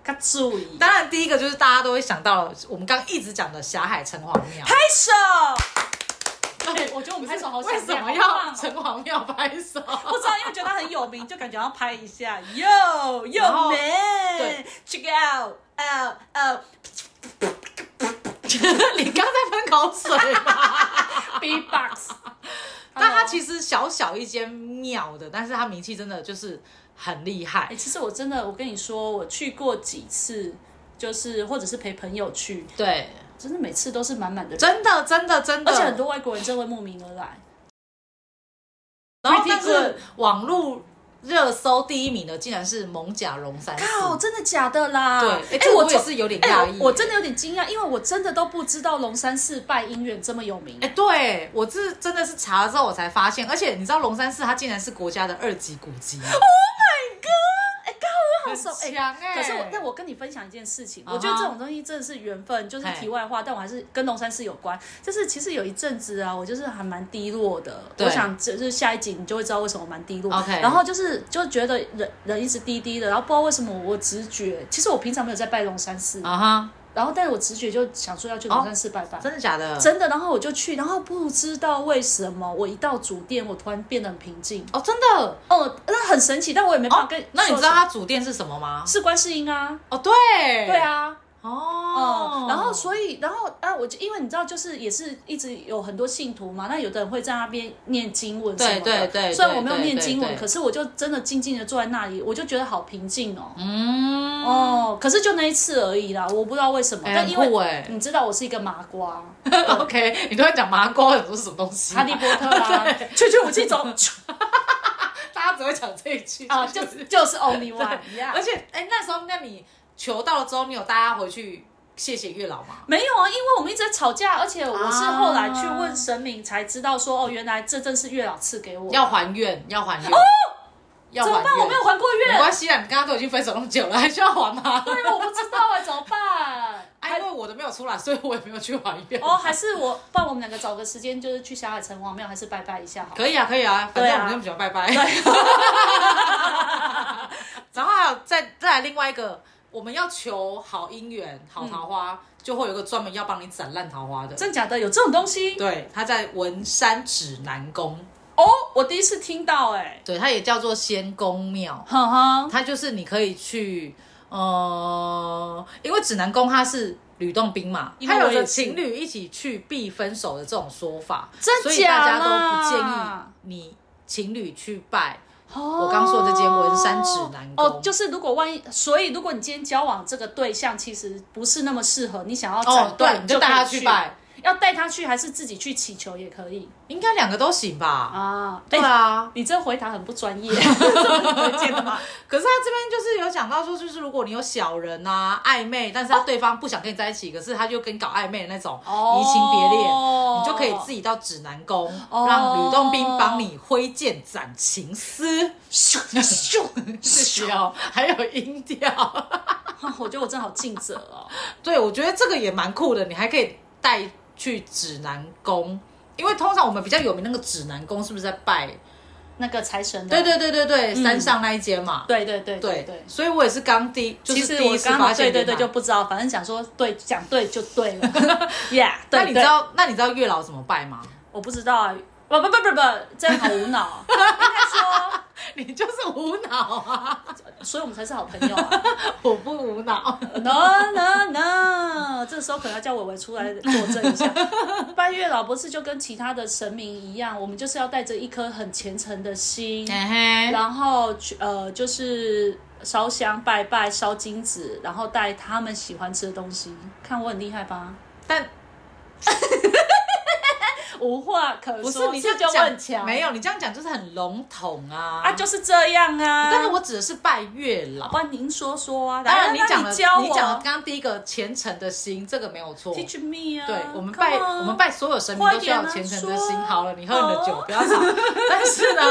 Speaker 2: 要注意。
Speaker 1: 当然，第一个就是大家都会想到我们刚刚一直讲的霞海城隍庙。
Speaker 2: 拍手！ 哎，我觉得我们拍手好响
Speaker 1: 为什
Speaker 2: 亮，
Speaker 1: 么
Speaker 2: 好棒
Speaker 1: 要
Speaker 2: 哦
Speaker 1: 城隍庙拍手？
Speaker 2: 不知道，因为觉得他很有名，就感觉要拍一 下。Yo
Speaker 1: 然后
Speaker 2: yo man，
Speaker 1: 对
Speaker 2: check out out out，
Speaker 1: 你刚才喷口水 吧？
Speaker 2: b box。
Speaker 1: 但它
Speaker 2: 实，
Speaker 1: 其实小小一间庙的，但是它名气真的就是很厉
Speaker 2: 哎、
Speaker 1: 害。
Speaker 2: 其实我真的，我跟你说，我去过几次，就是或者是陪朋友去，
Speaker 1: 对，
Speaker 2: 真的每次都是满满的人，
Speaker 1: 真的真的真的，
Speaker 2: 而且很多外国人真的会慕名而来。
Speaker 1: 然后
Speaker 2: Pretty
Speaker 1: 但
Speaker 2: good
Speaker 1: 是网络热搜第一名的竟然是蒙甲龙山寺。
Speaker 2: 靠，真的假的啦？
Speaker 1: 对，哎、
Speaker 2: 哎、
Speaker 1: 这个
Speaker 2: 我
Speaker 1: 我也
Speaker 2: 从
Speaker 1: 是有点
Speaker 2: 哎、
Speaker 1: 讶异、
Speaker 2: 我我真的有点惊讶，因为我真的都不知道龙山寺拜姻缘这么有名。啊
Speaker 1: 哎、对我这真的是查了之后我才发现，而且你知道龙山寺它竟然是国家的二级古迹，
Speaker 2: Oh 好
Speaker 1: 很
Speaker 2: 熟哎
Speaker 1: 强哎、
Speaker 2: 可是我，但我跟你分享一件事情，
Speaker 1: 啊哈
Speaker 2: 我觉得这种东西真的是缘分，就是
Speaker 1: 嘿
Speaker 2: 题外话，但我还是跟龙山寺有关。就是其实有一阵子啊，我就是还蛮低落的。
Speaker 1: 对
Speaker 2: 我想就是下一集你就会知道为什么我蛮低落。
Speaker 1: OK
Speaker 2: 然后就是就觉得人人一直低低的，然后不知道为什么我直觉，其实我平常没有在拜龙山寺，
Speaker 1: 啊哦
Speaker 2: 然后但是我直觉就想说要去龙山寺拜拜。
Speaker 1: 哈，真的假的？
Speaker 2: 真的，然后我就去，然后不知道为什么，我一到主殿，我突然变得很平静。
Speaker 1: 哦，真的
Speaker 2: 哦，哎那很神奇，但我也没办法
Speaker 1: 哦
Speaker 2: 跟。。
Speaker 1: 那你知道它主殿是什么吗？
Speaker 2: 是观世音啊？
Speaker 1: 哦，对，
Speaker 2: 对，啊，
Speaker 1: 哦
Speaker 2: 哦，，然后所以，然后啊，我就因为你知道，就是也是一直有很多信徒嘛，那有的人会在那边念经文什么的。
Speaker 1: 对对对
Speaker 2: 虽然我
Speaker 1: 对
Speaker 2: 没有
Speaker 1: 对
Speaker 2: 念
Speaker 1: 对
Speaker 2: 经文，
Speaker 1: 对
Speaker 2: 可是我就真的静静的坐在那里，我就觉得好平静哦。
Speaker 1: 嗯，
Speaker 2: 哦，可是就那一次而已啦，我不知道为什么，
Speaker 1: 哎
Speaker 2: 但因为
Speaker 1: 很酷哎
Speaker 2: 你知道我是一个麻瓜，
Speaker 1: OK，你都在讲麻瓜，想说什么东西？
Speaker 2: 哈利波特 啊啦，去去武器走
Speaker 1: 大家只会讲这一句
Speaker 2: 啊，就是就是 only one 一样
Speaker 1: 而。且，哎、那时候，那你求到了之后，你有大家回去谢谢月老吗？
Speaker 2: 没有啊，因为我们一直在吵架，而且我是
Speaker 1: 啊
Speaker 2: 后来去问神明才知道说，哦，原来这正是月老赐给我。
Speaker 1: 要还愿，要还愿，要
Speaker 2: 哦怎么
Speaker 1: 还
Speaker 2: 办？
Speaker 1: 愿。
Speaker 2: 我没有还过
Speaker 1: 没
Speaker 2: 月，
Speaker 1: 关系啦，啊你跟他都已经分手那么久了，还需要还吗？
Speaker 2: 对，我不知道啊，怎么办？
Speaker 1: 啊，因为我的没有出来，所以我也没有去还愿。
Speaker 2: 哦，还是我，不然我们两个找个时间，就是去小海城隍庙，还是拜拜一下好了。
Speaker 1: 可以啊，可以啊，反
Speaker 2: 对
Speaker 1: 正
Speaker 2: 啊
Speaker 1: 我们那么喜欢拜拜。 然后还有再再来另外一个，我们要求好姻缘、好桃花，就会有一个专门要帮你斩烂桃花的。
Speaker 2: 真假的有嗯这种东西？
Speaker 1: 对，他在文山指南宫，
Speaker 2: 哦，我第一次听到、哎，
Speaker 1: 对，它也叫做仙宫庙，
Speaker 2: 哼哼，
Speaker 1: 它就是你可以去，呃，因为指南宫它是吕洞宾嘛，
Speaker 2: 因为
Speaker 1: 它有
Speaker 2: 我也
Speaker 1: 着
Speaker 2: 是
Speaker 1: 情侣一起去必分手的这种说法，
Speaker 2: 真
Speaker 1: 所以大
Speaker 2: 假
Speaker 1: 家
Speaker 2: 啦
Speaker 1: 都不建议你情侣去拜。
Speaker 2: 我
Speaker 1: 刚说的这间文山指南宫
Speaker 2: 哦，就是如果万一，所以如果你今天交往这个对象其实不是那么适合，你想要
Speaker 1: 哦
Speaker 2: 斩，断、
Speaker 1: 对，你就
Speaker 2: 可以
Speaker 1: 带他去，拜，
Speaker 2: 要带他去还是自己去祈求也可以
Speaker 1: 应该两个都行吧？
Speaker 2: 啊？
Speaker 1: 对
Speaker 2: 哎
Speaker 1: 啊，
Speaker 2: 你这回答很不专 业，推荐的吗？
Speaker 1: 可是他这边就是有讲到说，就是如果你有小人呐、暧昧，但是他对方不想跟你在一起，可是他就跟你搞暧昧的那种
Speaker 2: 哦
Speaker 1: 移情别恋，你就可以自己到指南宫，
Speaker 2: 哦
Speaker 1: 让吕洞宾帮你挥剑斩情丝，
Speaker 2: 咻咻，
Speaker 1: 是需要， 还有音调。
Speaker 2: 我觉得我真的好尽责哦。
Speaker 1: 对，我觉得这个也蛮酷的，你还可以带去指南宫。因为通常我们比较有名那个指南宫是不是在拜？
Speaker 2: 那个财神的，
Speaker 1: 对对对对对，山上那一间嘛。
Speaker 2: 对对对
Speaker 1: 对
Speaker 2: 对。
Speaker 1: 所以我也是刚第，就
Speaker 2: 其
Speaker 1: 是
Speaker 2: 实
Speaker 1: 第
Speaker 2: 我
Speaker 1: 一次
Speaker 2: 刚
Speaker 1: 发
Speaker 2: 刚
Speaker 1: 现
Speaker 2: 对
Speaker 1: 原来。
Speaker 2: 对对就不知道，反正想说对讲 对就对了，Yeah，对
Speaker 1: 那你知
Speaker 2: 对
Speaker 1: 道那你知道月老怎么拜吗？
Speaker 2: 我不知道啊，不不不不不，这样好无脑。啊应该
Speaker 1: 你就是无脑啊！
Speaker 2: 说， 所以我们才是好朋友啊。
Speaker 1: 我不无脑，
Speaker 2: No no no，这时 候可能要叫伟伟出来作证 一下。拜月老不是就跟其他的神明一样，我们就是要带着一颗很虔诚的心，
Speaker 1: 哎嘿，
Speaker 2: 然后去呃就是烧香拜拜、烧金纸，然后带他们喜欢吃的东西。看我很厉害吧？
Speaker 1: 但
Speaker 2: 无话可说，
Speaker 1: 不是你
Speaker 2: 这
Speaker 1: 这
Speaker 2: 就
Speaker 1: 样
Speaker 2: 问
Speaker 1: 讲，
Speaker 2: 强
Speaker 1: 没有你这样讲就是很笼统啊
Speaker 2: 啊，就是这样啊。
Speaker 1: 但是我指的是拜月老。
Speaker 2: 不然您说说啊，
Speaker 1: 当然
Speaker 2: 来
Speaker 1: 你
Speaker 2: 那
Speaker 1: 讲
Speaker 2: 你
Speaker 1: 了，
Speaker 2: 教
Speaker 1: 你
Speaker 2: 我
Speaker 1: 讲了刚刚第一个虔诚的心，这个没有错。
Speaker 2: teach me 啊，
Speaker 1: 对我们拜
Speaker 2: come on
Speaker 1: 我们拜所有神明都需要有虔诚的
Speaker 2: 快
Speaker 1: 心
Speaker 2: 点。啊
Speaker 1: 好了，你喝你的酒
Speaker 2: 好，
Speaker 1: 不 要吵。但是呢，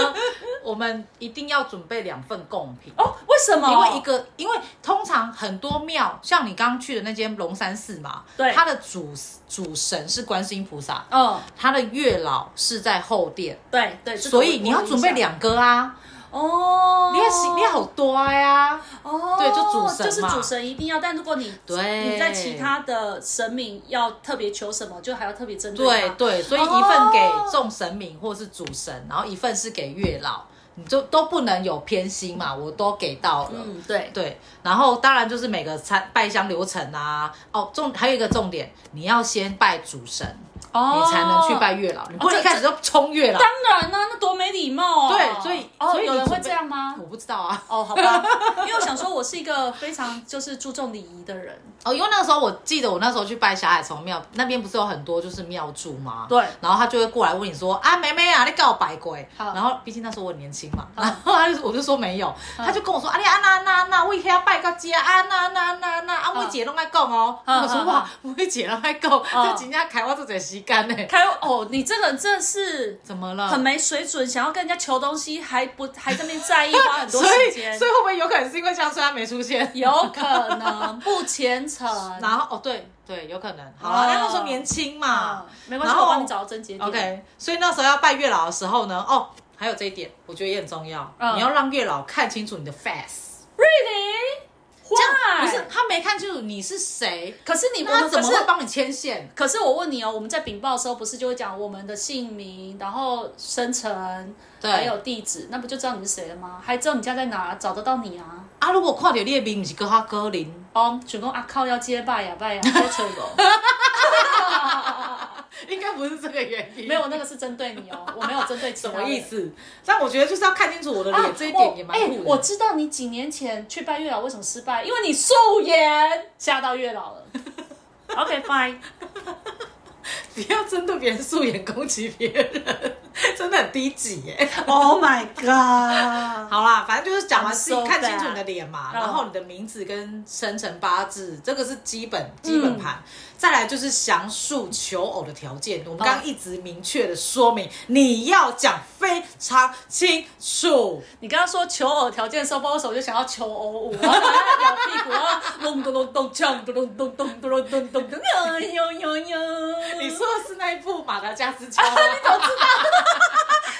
Speaker 1: 我们一定要准备两份贡品。
Speaker 2: 哦，为什么？
Speaker 1: 因为一个，因为通常很多庙，像你刚去的那间龙山寺嘛，
Speaker 2: 对
Speaker 1: 它的主主神是观世音菩萨，
Speaker 2: 嗯，
Speaker 1: 它的月老是在后殿，
Speaker 2: 对对，这个
Speaker 1: 所以
Speaker 2: 我
Speaker 1: 你要准备两个啊，
Speaker 2: 我有印象哦，
Speaker 1: 你要行你要好多啊呀、
Speaker 2: 哦，
Speaker 1: 对就主神
Speaker 2: 就是
Speaker 1: 嘛
Speaker 2: 主神一定要，但如果你
Speaker 1: 对
Speaker 2: 你在其他的神明要特别求什么，就还要特别针
Speaker 1: 对
Speaker 2: 他。
Speaker 1: 对，所以一份给众神明或是主神，然后一份是给月老，你就都不能有偏心嘛，我都给到了。
Speaker 2: 嗯，对，
Speaker 1: 对，然后当然就是每个参拜香流程啊，哦，重还有一个重点，你要先拜主神，
Speaker 2: 哦
Speaker 1: 你才能去。拜月老，你不能
Speaker 2: 这
Speaker 1: 一开始就冲月老。
Speaker 2: 当然啊啦，那多没礼貌哦。
Speaker 1: 对，所以
Speaker 2: 哦，
Speaker 1: 所以你
Speaker 2: 有人
Speaker 1: 准
Speaker 2: 会
Speaker 1: 备
Speaker 2: 这样吗？
Speaker 1: 我不知道啊。
Speaker 2: 哦，好吧，因为我想说，我是一个非常就是注重礼仪的人。
Speaker 1: 哦，因为那个时候我记得我那时候去拜霞海城庙，那边不是有很多就是庙祝吗？。
Speaker 2: 对，
Speaker 1: 然后他就会过来问你说啊，妹妹啊，你告白鬼？
Speaker 2: 好
Speaker 1: 然后毕竟那时候我很年轻嘛，
Speaker 2: 好
Speaker 1: 然后他就我就说没有，他就跟我说啊，你啊那那那，我以前要拜到家啊那那那那，啊我姐拢爱讲哦。
Speaker 2: 嗯
Speaker 1: 我说
Speaker 2: 嗯
Speaker 1: 哇，我姐拢爱讲，
Speaker 2: 嗯
Speaker 1: 这真正开我这嘴时间呢。
Speaker 2: 开哦，你这个人真的是
Speaker 1: 怎么了？
Speaker 2: 很没水准，想要跟人家求东西还不还在那边在意，花很多
Speaker 1: 所
Speaker 2: 时
Speaker 1: 以
Speaker 2: 间
Speaker 1: 所，以会不会有可能是因为这样，所以他没出现？
Speaker 2: 有可能不虔诚。
Speaker 1: 然后哦，对对，有可能。好啊，
Speaker 2: 嗯哦
Speaker 1: 但那时候年轻嘛
Speaker 2: 啊，，没关
Speaker 1: 然
Speaker 2: 系，
Speaker 1: 后
Speaker 2: 我帮你找到症结点。
Speaker 1: OK，所以那时候要拜月老的时候呢，哦，还有这一点，我觉得也很重要，
Speaker 2: 嗯
Speaker 1: 你要让月老看清楚你的 face。
Speaker 2: Really？
Speaker 1: 这样
Speaker 2: Why？
Speaker 1: 不是，他没看清楚你是谁，
Speaker 2: 可是你我
Speaker 1: 那他
Speaker 2: 们
Speaker 1: 怎
Speaker 2: 可
Speaker 1: 么
Speaker 2: 是
Speaker 1: 会帮你牵线？
Speaker 2: 可是我问你哦，我们在禀报的时候不是就会讲我们的姓名，然后生辰，
Speaker 1: 对
Speaker 2: 还有地址，那不就知道你是谁了吗？还知道你家在哪，找得到你啊？
Speaker 1: 啊，如果看到你的名，不是叫他哥林，
Speaker 2: 哦，想讲啊靠，要接拜呀拜呀，接吹我。
Speaker 1: 你应该不是这个原因。
Speaker 2: 没有，那个是针对你哦，我没有针对其
Speaker 1: 什
Speaker 2: 他
Speaker 1: 么
Speaker 2: 人
Speaker 1: 意思？但我觉得就是要看清楚我的脸，
Speaker 2: 啊，
Speaker 1: 这一
Speaker 2: 我
Speaker 1: 点也蛮酷
Speaker 2: 哎
Speaker 1: 的。
Speaker 2: 我知道你几年前去拜月老为什么失败，因为你素颜吓到月老了。OK fine，
Speaker 1: 不要针对别人素颜攻击别人， 真的很低级耶。
Speaker 2: Oh my god！
Speaker 1: 好啦，反正就是讲完
Speaker 2: I'm
Speaker 1: 自己
Speaker 2: so
Speaker 1: 看清楚
Speaker 2: bad
Speaker 1: 你的脸嘛，
Speaker 2: 嗯
Speaker 1: 然后你的名字跟生辰八字，这个是基本基本盘。再来就是详述求偶的条件，我们刚刚一直明确的说明，你要讲非常清楚。
Speaker 2: 你刚刚说求偶条件的时候，不知道为什么我就想要求偶舞，然后赶快摇屁股，然后咚咚咚咚锵，咚咚咚咚咚咚咚咚，呦呦呦呦，
Speaker 1: 你说的是那一部《马达加斯加》吗？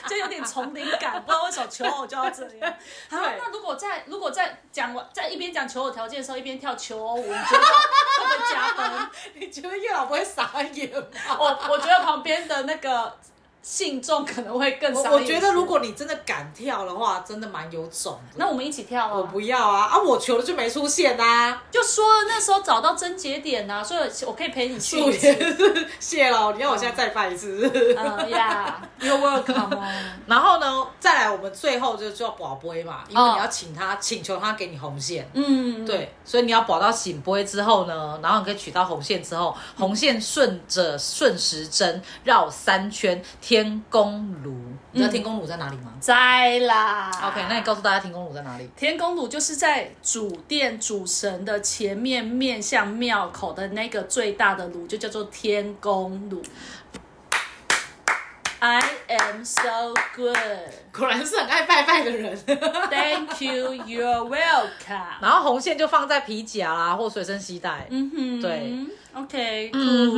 Speaker 2: 就有点丛林感，不知道为什么求偶就要这样。好，那如果在如果在讲完在一边讲求偶条件的时候，一边跳求偶舞，你觉得会不会加分？
Speaker 1: 你觉得月老不会傻眼吗？
Speaker 2: 我我觉得旁边的那个信众可能会更
Speaker 1: 我
Speaker 2: 傻
Speaker 1: 我
Speaker 2: 眼
Speaker 1: 觉得如果你真的敢跳的话，真的蛮有种的。
Speaker 2: 那我们一起跳啊！
Speaker 1: 我不要啊啊！我求了就没出现啊。
Speaker 2: 就说那时候找到症结点呐、啊，所以我可以陪你去
Speaker 1: 素
Speaker 2: 一次。
Speaker 1: 颜，谢了，你要我现在再办一次？
Speaker 2: 嗯呀，You're welcome 哦。
Speaker 1: 然后呢，再来我们最后就就要保杯嘛，因为
Speaker 2: 哦
Speaker 1: 你要请他、请求他给你红线。
Speaker 2: 嗯，
Speaker 1: 对，所以你要保到醒杯之后呢，然后你可以取到红线之后，红线顺着顺时针绕三圈天宫炉，你知道天宫炉在哪里吗、
Speaker 2: 在啦。
Speaker 1: o k 那你告诉大家天宫炉在哪里？
Speaker 2: 天公炉就是在主殿主神的前面面向庙口的那个最大的炉，就叫做天公炉。I am so good.
Speaker 1: 果然是很爱拜拜的人。
Speaker 2: Thank you. You're welcome.
Speaker 1: 然后红线就放在皮夹啦或随身携带。
Speaker 2: 嗯哼，
Speaker 1: 对
Speaker 2: ，OK，
Speaker 1: 嗯
Speaker 2: 嗯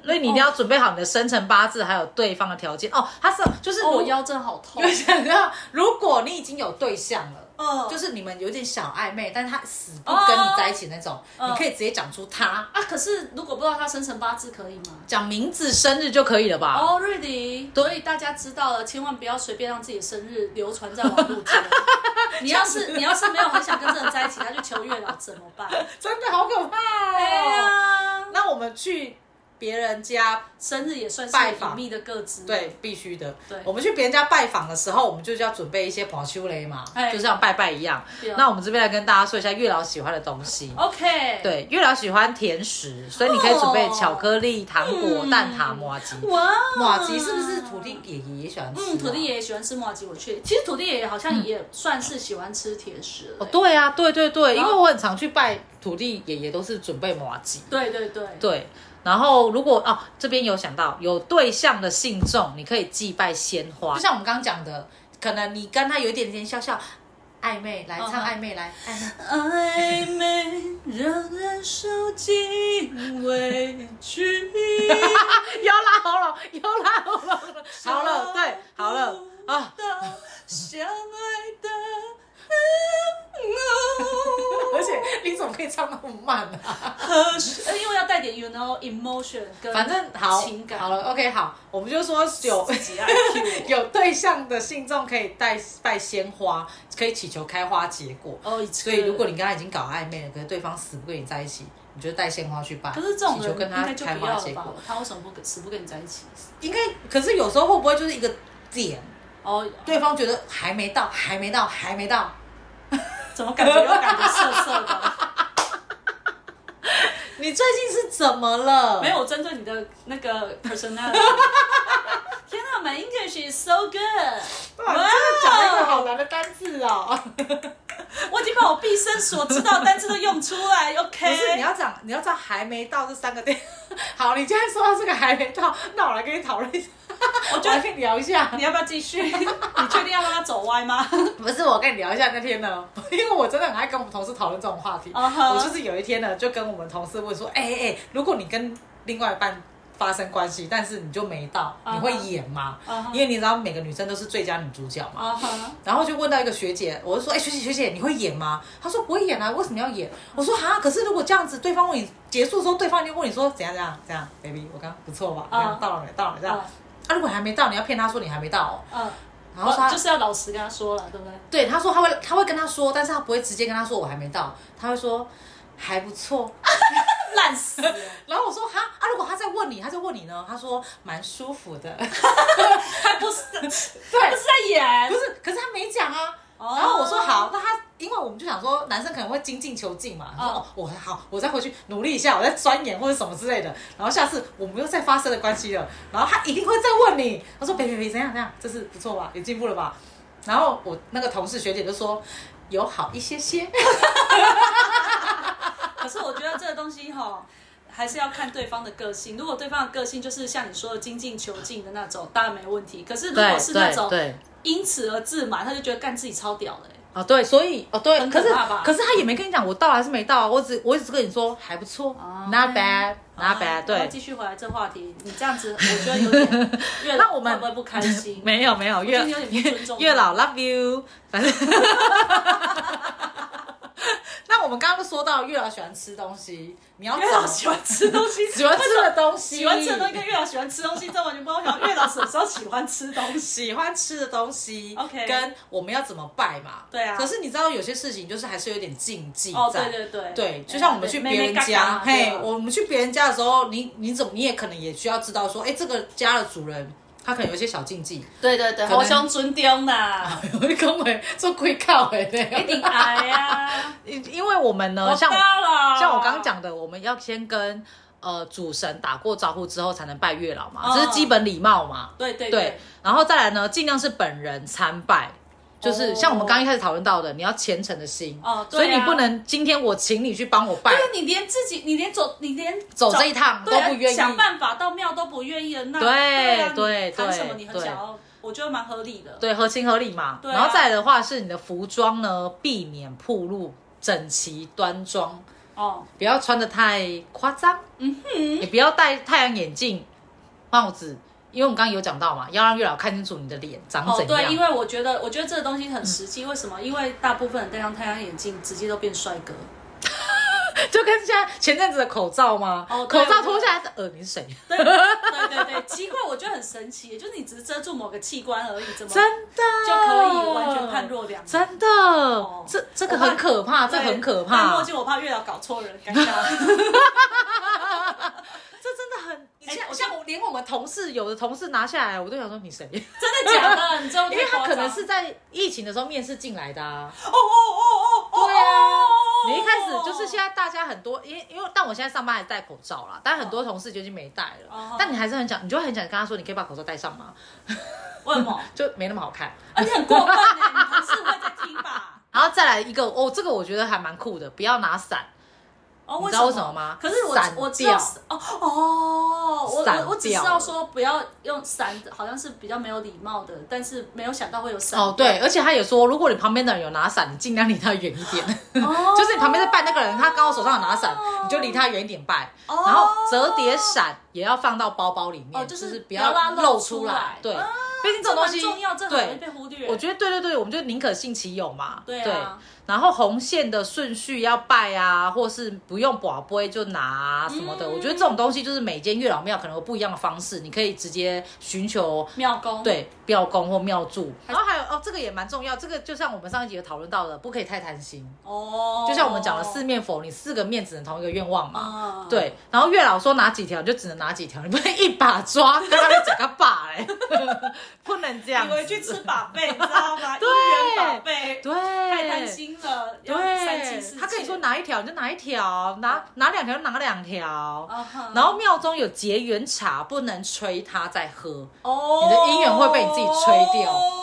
Speaker 1: 哼，所以你一定要准备好你的生辰八字，还有对方的条件哦。他是就是
Speaker 2: 哦，我
Speaker 1: 如
Speaker 2: 腰真好 痛
Speaker 1: 有。想到，如果你已经有对象了。
Speaker 2: 嗯
Speaker 1: 就是是你们有点小暧昧，但是他死不跟你在一起那种，
Speaker 2: 哦
Speaker 1: 你可以直接讲出他，
Speaker 2: 啊，可是如果不知道他生辰八字可以吗？
Speaker 1: 讲名字、生日就可以了吧？
Speaker 2: 哦、瑞迪，所以大家知道了，千万不要随便让自己的生日流传在网络间。 你要是你要是没有很想跟这人在一起，他就求月老怎么 办？
Speaker 1: 真的好可怕哦！
Speaker 2: 对啊呀，
Speaker 1: 那我们去别人家，
Speaker 2: 生日也算是
Speaker 1: 拜
Speaker 2: 隐
Speaker 1: 访
Speaker 2: 秘的个子。，
Speaker 1: 对，必须的。
Speaker 2: 嗯对
Speaker 1: 我们去别人家拜访的时候，我们就是要准备一些保修雷嘛，
Speaker 2: 哎
Speaker 1: 就像拜拜一样
Speaker 2: 对啊。哦
Speaker 1: 那我们这边来跟大家说一下月老喜欢的东西。
Speaker 2: ，OK，，
Speaker 1: 对，月老喜欢甜食，所以你可以准备巧克力、糖果、
Speaker 2: 嗯
Speaker 1: 蛋挞、麻吉。
Speaker 2: 哇，
Speaker 1: 马吉是不是土地爷爷也喜欢吃、啊
Speaker 2: 嗯，土地。爷爷喜欢吃麻吉，我去。其实土地爷爷好像也算是喜欢吃甜食了、
Speaker 1: 哦，对啊，对对对，因
Speaker 2: 然后
Speaker 1: 为我很常去拜土地爷爷，都是准备麻吉。
Speaker 2: 对对对，
Speaker 1: 对，然后如果哦，这边有想到有对象的信众，你可以祭拜鲜花，就像我们刚刚讲的，可能你跟他有一点点小小暧昧，来
Speaker 2: 嗯
Speaker 1: 唱暧昧来，哎暧昧
Speaker 2: 暧昧让人受尽委 屈。
Speaker 1: 有啦，好了，有啦，好了，好了，对，好了 啊，
Speaker 2: 到相爱 的恩
Speaker 1: 而且你怎么可以唱那么慢啊？
Speaker 2: 和谐，呃因为要带点 you know emotion 跟
Speaker 1: 反正好，
Speaker 2: 嗯情感
Speaker 1: 好了，OK，好，我们就说有。
Speaker 2: 自己啊 IQ
Speaker 1: 有对象的信众可以带拜鲜花，可以祈求开花结果。
Speaker 2: 哦，
Speaker 1: 所以如果你跟他已经搞暧昧了，可是对方死不跟你在一起，你就带鲜花去拜，
Speaker 2: 可是这种
Speaker 1: 祈求
Speaker 2: 人
Speaker 1: 跟
Speaker 2: 应
Speaker 1: 他
Speaker 2: 该就
Speaker 1: 开
Speaker 2: 不
Speaker 1: 花
Speaker 2: 要
Speaker 1: 结
Speaker 2: 了吧
Speaker 1: 果。？
Speaker 2: 他为什么不跟死不跟你在一起？
Speaker 1: 应该，可是有时候会不会就是一个点，
Speaker 2: 哦，
Speaker 1: 对方觉得还没到，还没到，还没到，
Speaker 2: 怎么感觉又感觉涩涩 的？
Speaker 1: 你最近是怎么了？
Speaker 2: 没，有针对你的那个 personality。天哪，My English is so good！
Speaker 1: 哇，你真的讲了一个好难的单字哦。
Speaker 2: 我已经把我毕生所知道的单词都用出来
Speaker 1: 不是，你
Speaker 2: ，OK？
Speaker 1: 要讲，你要知道还没到这三个点。 好，你既然说到这个还没到，那我来跟你讨论一下， 我就来跟你聊一下。
Speaker 2: 你要不要继续？ 你确定要让他走歪 吗？
Speaker 1: 不是我跟你聊一下那天呢， 因为我真的很爱跟我们同事讨论这种话题。
Speaker 2: 啊哈
Speaker 1: 我就是有一天呢，就跟我们同事问说，哎、哎、哎如果你跟另外一半发生关系，但是你就没到，
Speaker 2: 啊哈
Speaker 1: 你会演吗
Speaker 2: 啊哈
Speaker 1: 因为你知道每个女生都是最佳女主角嘛。
Speaker 2: 啊哈！
Speaker 1: 然后就问到一个学姐，我就说，哎、学姐学姐，你会演吗？她说不会演啊，为什么要演？我说哈，可是如果这样子，对方问你结束的时候，对方就问你说怎样怎样怎样，baby，我刚刚不错吧？
Speaker 2: 啊
Speaker 1: 怎样到了没？到了没？这样。
Speaker 2: 啊
Speaker 1: 啊，如果还没到，你要骗他说你还没到哦。
Speaker 2: 嗯，
Speaker 1: 然后说她
Speaker 2: 就是要老实跟他说了，对不对？
Speaker 1: 对，他说他会，他会跟他说，但是他不会直接跟他说我还没到，他会说还不错，
Speaker 2: 来 烂死 了。
Speaker 1: 然后我说哈啊，如果他在问你，他在问你呢，他说蛮舒服的，
Speaker 2: 还 不是，不是
Speaker 1: 对，
Speaker 2: 在演
Speaker 1: 不。是，可是他没讲啊。
Speaker 2: 然
Speaker 1: 然后我说好，，那他因为我们就想说男生可能会精进求进嘛，说
Speaker 2: 嗯
Speaker 1: 哦，我好，我再回去努力一下，我再钻研或者什么之类的。然后下次我们又再发生了关系了，然后他一定会再问你，他说别别别，怎样怎样，这次不错吧，有进步了吧？然后我那个同事学姐就说有好一些 些，
Speaker 2: 可是我觉得这个东西哈，还是要看对方的个性。如果对方的个性就是像你说的精进求进的那种，当然没问题。可是如果是那种
Speaker 1: 对。
Speaker 2: 因此而自满，他就觉得干自己超屌了、欸。
Speaker 1: 啊，对，所以哦，对，
Speaker 2: 很
Speaker 1: 可
Speaker 2: 可
Speaker 1: 是
Speaker 2: 怕吧
Speaker 1: 可是他也没跟你讲我到还是没到啊，我只我只跟你说还不错、
Speaker 2: 哦
Speaker 1: n o t bad，not
Speaker 2: 啊
Speaker 1: bad，、
Speaker 2: 然后
Speaker 1: 对，
Speaker 2: 继续回来这话题，你这样子，我觉得有 点越
Speaker 1: 那我们
Speaker 2: 会不会不开心？
Speaker 1: 没有没有，
Speaker 2: 觉
Speaker 1: 月
Speaker 2: 得有点不尊重
Speaker 1: 月老 love you，反 正。那我们刚刚就说到月老喜欢吃东西，你要
Speaker 2: 月老
Speaker 1: 找
Speaker 2: 喜欢吃东西，
Speaker 1: 喜欢吃的东西，
Speaker 2: 喜欢吃的东西跟月老喜欢吃东西，这完全不知道。我想月老什么时候喜欢吃东西？
Speaker 1: 喜欢吃的东西
Speaker 2: OK
Speaker 1: 跟我们要怎么拜嘛？
Speaker 2: 对啊
Speaker 1: 可是你知道有些事情就是还是有点禁忌在。
Speaker 2: 哦，对对对，
Speaker 1: 对，哎就像我们去别人家，
Speaker 2: 妹妹
Speaker 1: 嘿
Speaker 2: 嘎嘎，
Speaker 1: 我们去别人家的时候，你你怎么你也可能也需要知道说，哎，这个家的主人他可能有一些小禁忌，
Speaker 2: 对对对，
Speaker 1: 可能
Speaker 2: 互相尊重呐，
Speaker 1: 我跟我做跪靠哎
Speaker 2: 一
Speaker 1: 那
Speaker 2: 定爱啊！
Speaker 1: 样， 因为我们呢，
Speaker 2: 我
Speaker 1: 呃像我
Speaker 2: 到了，
Speaker 1: 像我刚刚，讲的，我们要先跟呃主神打过招呼之后才能拜月老嘛，
Speaker 2: 嗯
Speaker 1: 这是基本礼貌嘛，
Speaker 2: 对对
Speaker 1: 对
Speaker 2: 对，，
Speaker 1: 然后再来呢，尽量是本人参拜。就是
Speaker 2: 哦
Speaker 1: 像我们刚刚一开始讨论到的，你要虔诚的心，
Speaker 2: 哦对
Speaker 1: 所以你
Speaker 2: 啊
Speaker 1: 不能今天我请你去帮我拜
Speaker 2: 因，为你连自己，你连走，你连
Speaker 1: 走这一趟
Speaker 2: 对啊
Speaker 1: 都不愿意
Speaker 2: 想办法到庙都不愿意的，那
Speaker 1: 对
Speaker 2: 啊
Speaker 1: 对
Speaker 2: 你谈什么
Speaker 1: 对
Speaker 2: 你很
Speaker 1: 对
Speaker 2: 想要，我觉得蛮合理的。
Speaker 1: 对，合情合理嘛。
Speaker 2: 对啊
Speaker 1: 然后再来的话是你的服装呢，避免暴露整齐端庄，
Speaker 2: 哦，
Speaker 1: 不要穿的太夸张，
Speaker 2: 嗯哼，
Speaker 1: 也不要戴太阳眼镜、帽子，因为我们刚刚有讲到嘛，要让月老看清楚你的脸长
Speaker 2: 哦
Speaker 1: 怎样。嗯
Speaker 2: 对，因为我觉得，我觉得这个东西很实际。为什么？因为大部分人戴上太阳眼镜，直接都变帅 哥。
Speaker 1: 就跟现在前阵子的口罩嘛，
Speaker 2: 哦对
Speaker 1: 口罩脱下来，呃，你是谁？
Speaker 2: 对对对对，奇怪，我觉得很神奇，就是你只是遮住某个器官而已，怎么
Speaker 1: 真的
Speaker 2: 就可以完全判。若两人？
Speaker 1: 真的，这这个
Speaker 2: 哦我怕
Speaker 1: 很可怕，这
Speaker 2: 对
Speaker 1: 很可
Speaker 2: 戴
Speaker 1: 怕
Speaker 2: 墨，镜，我怕月老搞错人，尴尬。
Speaker 1: 这真的很。
Speaker 2: 哎
Speaker 1: 像像我连我们同事，有的同事拿下来，我都想说你 谁？
Speaker 2: 真的假的？你知 道哦
Speaker 1: 因为他可 能是在疫情的时候面试进来的啊。
Speaker 2: 哦哦哦哦哦，
Speaker 1: 对啊
Speaker 2: 哦
Speaker 1: 你一开始就是现在大家很多，因为因为但我现在上班还戴口罩啦，但很多同事就已经没戴
Speaker 2: 哦
Speaker 1: 了。但你还是很想，你就会很想跟他说，你可以把口罩戴上吗？
Speaker 2: 为什么？
Speaker 1: 就没那么好看。
Speaker 2: 啊，你很过分呢，你同事会在听吧？
Speaker 1: 然后再来一个哦，这个我觉得还蛮酷的，不要拿伞。
Speaker 2: 哦，
Speaker 1: 你
Speaker 2: 为
Speaker 1: 知道为
Speaker 2: 什么？
Speaker 1: 什么吗
Speaker 2: 可是我
Speaker 1: 散
Speaker 2: 我知道
Speaker 1: 掉
Speaker 2: 是哦哦，我
Speaker 1: 散
Speaker 2: 我我只知
Speaker 1: 掉
Speaker 2: 道
Speaker 1: 了
Speaker 2: 说不要用伞，好像是比较没有礼貌的，但是没有想到会有伞。
Speaker 1: 哦，对，而且他也说，如果你旁边的人有拿伞，你尽量离他远一点。
Speaker 2: 哦，
Speaker 1: 就是你旁边在拜那个人，他刚好手上有拿伞，你就离他远一点拜。
Speaker 2: 哦
Speaker 1: 然后折叠伞也要放到包包里面，
Speaker 2: 哦就
Speaker 1: 就是不
Speaker 2: 不要
Speaker 1: 要
Speaker 2: 让它露出
Speaker 1: 出
Speaker 2: 来
Speaker 1: 对
Speaker 2: 啊，
Speaker 1: 毕竟
Speaker 2: 这
Speaker 1: 种东
Speaker 2: 蛮
Speaker 1: 西
Speaker 2: 重要，这很容易
Speaker 1: 对，
Speaker 2: 被忽略。
Speaker 1: 我觉得对对对，我们就宁可信其有嘛。
Speaker 2: 对啊
Speaker 1: 然后红线的顺序要拜啊，或是不用把杯就拿、啊、什么的、
Speaker 2: 嗯
Speaker 1: 我觉得这种东西就是每间月老庙可能有不一样的方式，你可以直接寻求。
Speaker 2: 妙公，
Speaker 1: 对，庙公或庙祝，然后还有哦，这个也蛮重要。这个就像我们上一集有讨论到的，不可以太贪心。
Speaker 2: 哦，
Speaker 1: 就像我们讲的四面佛，你四个面只能同一个愿望嘛。
Speaker 2: 啊，
Speaker 1: 对，然后月老说拿几条你就只能拿几条，你不能一把抓，跟他们讲个把 嘞，不能这样
Speaker 2: 以
Speaker 1: 子。
Speaker 2: 为去吃把贝，你知 道吗？
Speaker 1: 对
Speaker 2: 姻缘把贝，
Speaker 1: 对，
Speaker 2: 太贪心了，要三妻四
Speaker 1: 对，
Speaker 2: 妾嗯
Speaker 1: 他跟你说，拿一条你就拿一条，拿拿两条就拿两条。
Speaker 2: 啊哈
Speaker 1: 然后庙中有结缘茶，不能吹它再喝。
Speaker 2: 哦，
Speaker 1: 你的姻缘会被你自己吹掉
Speaker 2: 哦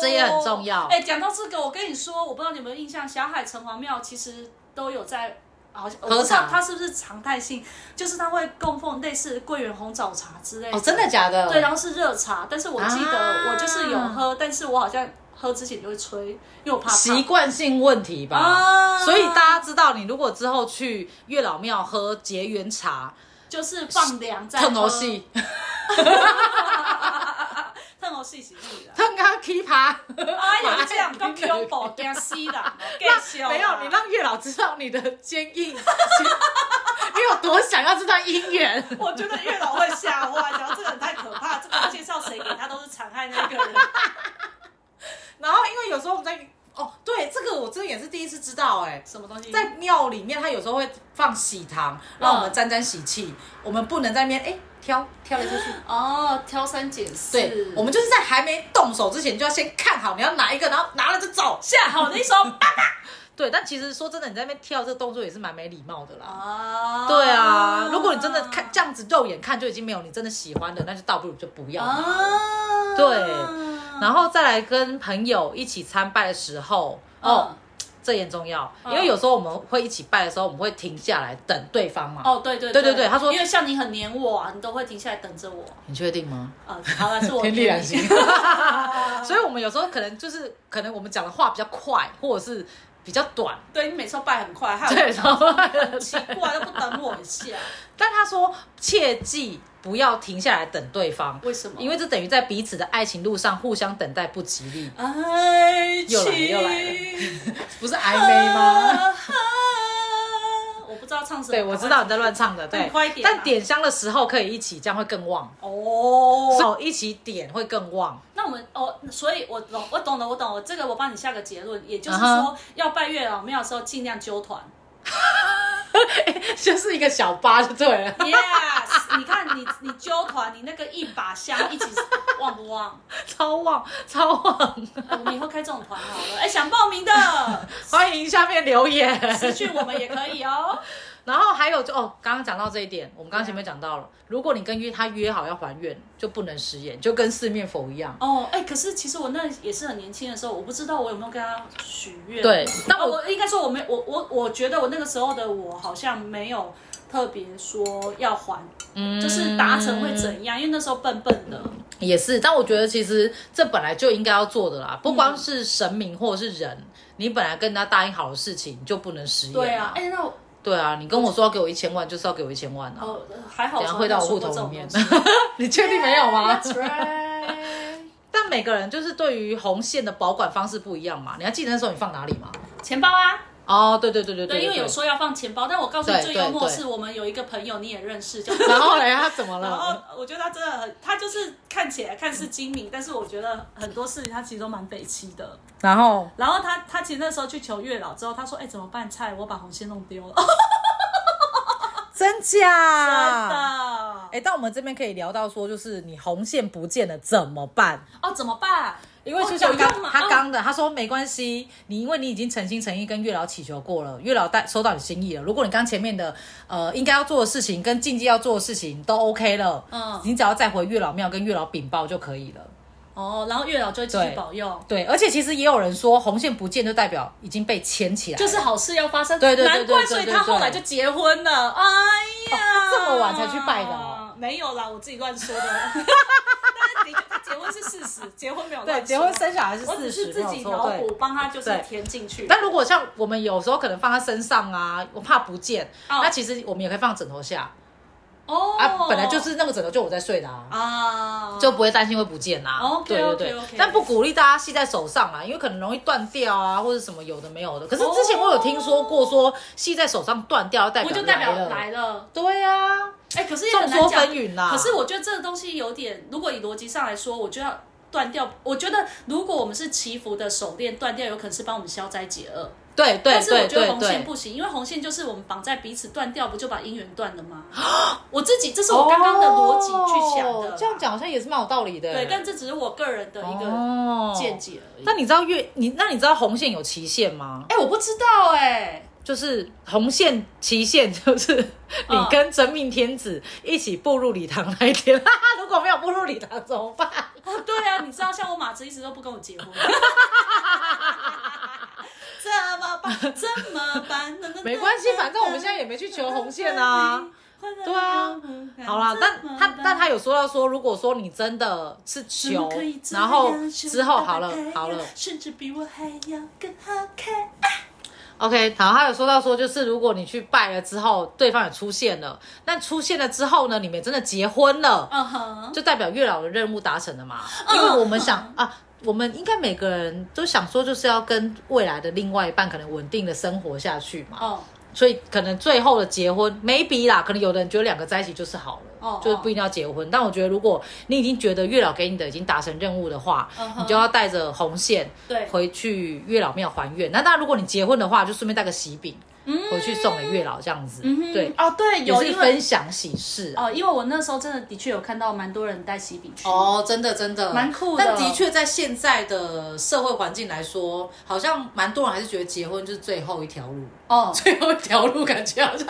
Speaker 1: 这也很重要
Speaker 2: 哎、讲到这个，我跟你说，我不知道你有没有印象，霞海城隍庙其实都有在。好像我不知
Speaker 1: 喝
Speaker 2: 道
Speaker 1: 茶
Speaker 2: 它是不是常态性，就是它会供奉类似桂圆红枣茶之类的。
Speaker 1: 哦，真的假的？
Speaker 2: 对，然后是热茶，但是我记得
Speaker 1: 啊
Speaker 2: 我就是有喝，但是我好像喝之前就会吹，因为我怕
Speaker 1: 习
Speaker 2: 胖。
Speaker 1: 惯性问题吧。
Speaker 2: 啊
Speaker 1: 所以大家知道，你如果之后去月老庙喝结缘茶，
Speaker 2: 就是放凉再喝。
Speaker 1: 烫头，戏，
Speaker 2: 烫头戏是你的。
Speaker 1: 烫咖 K 趴。
Speaker 2: 哎呀，这样够 Q 宝惊死人， 更笑。
Speaker 1: 没有，你让月老知道你的坚硬， 你有多想要这段姻缘。
Speaker 2: 我觉得月老会吓坏，然后这个人太可怕，这个介绍谁给他都是残害那个人。
Speaker 1: 然后因为有 时候我们在哦，对，这个我真的也是第一次知道哎、
Speaker 2: 什么东西？
Speaker 1: 在庙里面，他有时候会放喜糖，让我们沾沾喜气。我们不能在那边哎挑挑来挑去。
Speaker 2: 哦，挑三拣四。
Speaker 1: 对，我们就是在还没动手之前，就要先看好你要哪一个，然后拿了就走。
Speaker 2: 下好的一首《爸爸
Speaker 1: 对，但其实说真的，你在那边跳这个动作也是蛮没礼貌的》啦。
Speaker 2: 啊
Speaker 1: 对啊，如果你真的看这样子肉眼看就已经没有你真的喜欢的，那就倒不如就不要拿了。
Speaker 2: 啊，
Speaker 1: 对然后再来跟朋友一起参拜的时候，哦，
Speaker 2: 嗯
Speaker 1: 这也很重要，
Speaker 2: 嗯
Speaker 1: 因为有时候我们会一起拜的时候，我们会停下来等对方嘛。
Speaker 2: 哦，对对
Speaker 1: 对对对他说
Speaker 2: 因为像你很黏我啊，你都会停下来等着我。
Speaker 1: 你确定吗？
Speaker 2: 啊，好了，是 我啊
Speaker 1: 天地
Speaker 2: 黏
Speaker 1: 良
Speaker 2: 你
Speaker 1: 心。所以我们有时候可能就是，可能我们讲的话比较快，或者是比较短，
Speaker 2: 对你每次都拜很快，还有
Speaker 1: 对，然后
Speaker 2: 奇怪都不等我一下，
Speaker 1: 但他说切记不要停下来等对方，
Speaker 2: 为什么？
Speaker 1: 因为这等于在彼此的爱情路上互相等待不吉利，
Speaker 2: 爱情
Speaker 1: 又来了又来了不是暧
Speaker 2: 啊
Speaker 1: 昧吗？
Speaker 2: 啊我不知道唱什么，
Speaker 1: 对，我知道你在乱唱的，
Speaker 2: 对
Speaker 1: 对，
Speaker 2: 你快一点啊
Speaker 1: 但点香的时候可以一起，这样会更旺。
Speaker 2: 哦。
Speaker 1: 哦，一起点会更 旺。
Speaker 2: 那我们哦，所以我懂，我懂了，我懂了。这个我帮你下个结论，也就是
Speaker 1: 嗯
Speaker 2: 说，要拜月老庙的时候尽量揪团。
Speaker 1: 就是一个小八就对了，
Speaker 2: Yes，你 看你你揪团，你那个一把香一起旺不旺？
Speaker 1: 超旺超 旺！
Speaker 2: 哎我们以后开这种团好了。哎，想报名的
Speaker 1: 欢迎下面留言。
Speaker 2: 私讯我们也可以哦。
Speaker 1: 然后还有就哦，刚刚讲到这一点，我们刚刚前面讲到了，如果你跟约他约好要还愿，就不能食言，就跟四面佛一样。
Speaker 2: 哦，哎，可是其实我那也是很年轻的时候，我不知道我有没有跟他许愿。
Speaker 1: 对但
Speaker 2: 哦
Speaker 1: 我
Speaker 2: 我应该说我没我我我觉得我那个时候的我好像没有特别说要还，
Speaker 1: 嗯
Speaker 2: 就是达成会怎样，因为那时候笨笨的。
Speaker 1: 也是，但我觉得其实这本来就应该要做的啦，不光是神明或者是人，你本来跟人家答应好的事情，你就不能食言。
Speaker 2: 对啊，，哎，那我
Speaker 1: 对啊，你跟我说要给我一千万，就是要给我一千万啊！
Speaker 2: 哦还好
Speaker 1: 等下汇到我户头里面，你确定
Speaker 2: 并
Speaker 1: 没有吗？
Speaker 2: ？That's right
Speaker 1: 但每个人就是对于红线的保管方式不一样嘛，你还记得那时候你放哪里吗？
Speaker 2: 钱包啊，
Speaker 1: 哦，对对对对
Speaker 2: 对，因为有说要放钱包，但我告诉你
Speaker 1: 对
Speaker 2: 最幽默
Speaker 1: 对对
Speaker 2: 的是我们有一个朋友你也 认识，叫
Speaker 1: 然后嘞，他怎么
Speaker 2: 然
Speaker 1: 了？
Speaker 2: 后我觉得他真的很，他就是看起来看似精明，但是我觉得很多事情他其实都蛮北齐的。
Speaker 1: 然后
Speaker 2: 然后他他其实那时候去求月老之后，他说：“哎、怎么办？菜我把红线弄 丢了。
Speaker 1: 真假？
Speaker 2: 真的
Speaker 1: 哎、但我们这边可以聊到说，就是你红线不见了怎么办？
Speaker 2: 哦，怎么办？
Speaker 1: 因为就
Speaker 2: 哦
Speaker 1: 像
Speaker 2: 有
Speaker 1: 刚
Speaker 2: 用吗
Speaker 1: 他刚的，他说没关系，你因为你已经诚心诚意跟月老祈求过了，月老带收到你心意了。如果你刚前面的呃应该要做的事情跟禁忌要做的事情都 OK 了，
Speaker 2: 嗯
Speaker 1: 你只要再回月老庙跟月老禀报就可以了。
Speaker 2: 哦，然后月老就会继续
Speaker 1: 对
Speaker 2: 保佑，
Speaker 1: 对，而且其实也有人说红线不见就代表已经被牵起来了，
Speaker 2: 就是好事要发生。
Speaker 1: 对对对
Speaker 2: 难怪，
Speaker 1: 对对
Speaker 2: 所以
Speaker 1: 对
Speaker 2: 他
Speaker 1: 对
Speaker 2: 后来就结婚了。哎呀，啊
Speaker 1: 哦这么晚才去拜的哦？
Speaker 2: 没有啦，我自己乱 说的。但是的确，他结婚是事实，结婚没有乱
Speaker 1: 对
Speaker 2: 说
Speaker 1: 结婚生小孩是
Speaker 2: 我只
Speaker 1: 事
Speaker 2: 是
Speaker 1: 实，
Speaker 2: 自
Speaker 1: 没
Speaker 2: 己
Speaker 1: 有
Speaker 2: 脑
Speaker 1: 错。对
Speaker 2: 补，帮他就是
Speaker 1: 对
Speaker 2: 填进去。
Speaker 1: 但如果像我们有时候可能放在身上啊，我怕不见，
Speaker 2: 哦
Speaker 1: 那其实我们也可以放枕头下
Speaker 2: 哦，
Speaker 1: 啊，本来就是那个枕头就我在睡的啊。
Speaker 2: 啊，
Speaker 1: 就不会担心会不见啦、
Speaker 2: 哦 OK，
Speaker 1: 对对对
Speaker 2: OK，OK
Speaker 1: 但不鼓励大家系在手上啦，因为可能容易断掉啊，或者什么有的没有的。可是之前我有听说过说系在手上断掉，代
Speaker 2: 我
Speaker 1: 表
Speaker 2: 哦就代表
Speaker 1: 了。
Speaker 2: 来了。
Speaker 1: 对啊，
Speaker 2: 哎、可是也
Speaker 1: 众
Speaker 2: 很难
Speaker 1: 说啊
Speaker 2: 讲
Speaker 1: 纷。纭啦。
Speaker 2: 可是我觉得这个东西有点，如果以逻辑上来说，我就要断掉。我觉得如果我们是祈福的手链断掉，有可能是帮我们消灾解厄。
Speaker 1: 对对
Speaker 2: 但是我
Speaker 1: 对
Speaker 2: 觉得
Speaker 1: 对
Speaker 2: 红线
Speaker 1: 对，
Speaker 2: 不行，因为红线就是我们绑在彼此断掉，不就把姻缘断了吗？我自己这是我刚刚的逻辑去想的。
Speaker 1: 哦这样讲好像也是蛮有道理的。
Speaker 2: 对，但这只是我个人的一个
Speaker 1: 哦
Speaker 2: 见解而已。
Speaker 1: 那你知道月你那你知道红线有期限吗？
Speaker 2: 哎、我不知道哎、
Speaker 1: 就是红线期限，就是你
Speaker 2: 嗯
Speaker 1: 跟真命天子一起步入礼堂那一天。 哈哈，如果没有步入礼堂怎么办？
Speaker 2: 哦，对啊，你知道，像我马子一直都不跟我 结婚。怎么办？怎么办？
Speaker 1: 没关系，反正我们现在也没去求红线啊。。 对啊，好啦，但他但他有说到说，如果说你真的是求，然后之后好了好了
Speaker 2: 甚至比我还要更好看。
Speaker 1: ，OK，好，他有说到说，就是如果你去拜了之后，对方也出现了，那出现了之后呢，你们真的结婚了，
Speaker 2: 嗯哼，
Speaker 1: 就代表月老的任务达成了嘛？因为我们想啊。我们应该每个人都想说，就是要跟未来的另外一半可能稳定的生活下去嘛。
Speaker 2: 哦
Speaker 1: 所以可能最后的结婚 maybe 啦，可能有的人觉得两个在一起就是好了，
Speaker 2: 哦
Speaker 1: 就是不一定要结婚。但我觉得如果你已经觉得月老给你的已经达成任务的话
Speaker 2: 嗯哼
Speaker 1: 你就要带着红线
Speaker 2: 对
Speaker 1: 回去月老庙还愿。那当然，如果你结婚的话，就顺便带个喜饼，回去送给月老这样子。
Speaker 2: 嗯
Speaker 1: 对，
Speaker 2: 哦，对，有
Speaker 1: 也是
Speaker 2: 因为
Speaker 1: 分享喜事啊。
Speaker 2: 哦，因为我那时候真的的确有看到蛮多人带喜饼去，
Speaker 1: 哦，真的真的，
Speaker 2: 蛮酷的
Speaker 1: 但的确，在现在的社会环境来说，好像蛮多人还是觉得结婚就是最后一条路，
Speaker 2: 哦，
Speaker 1: 最后一条路感觉好像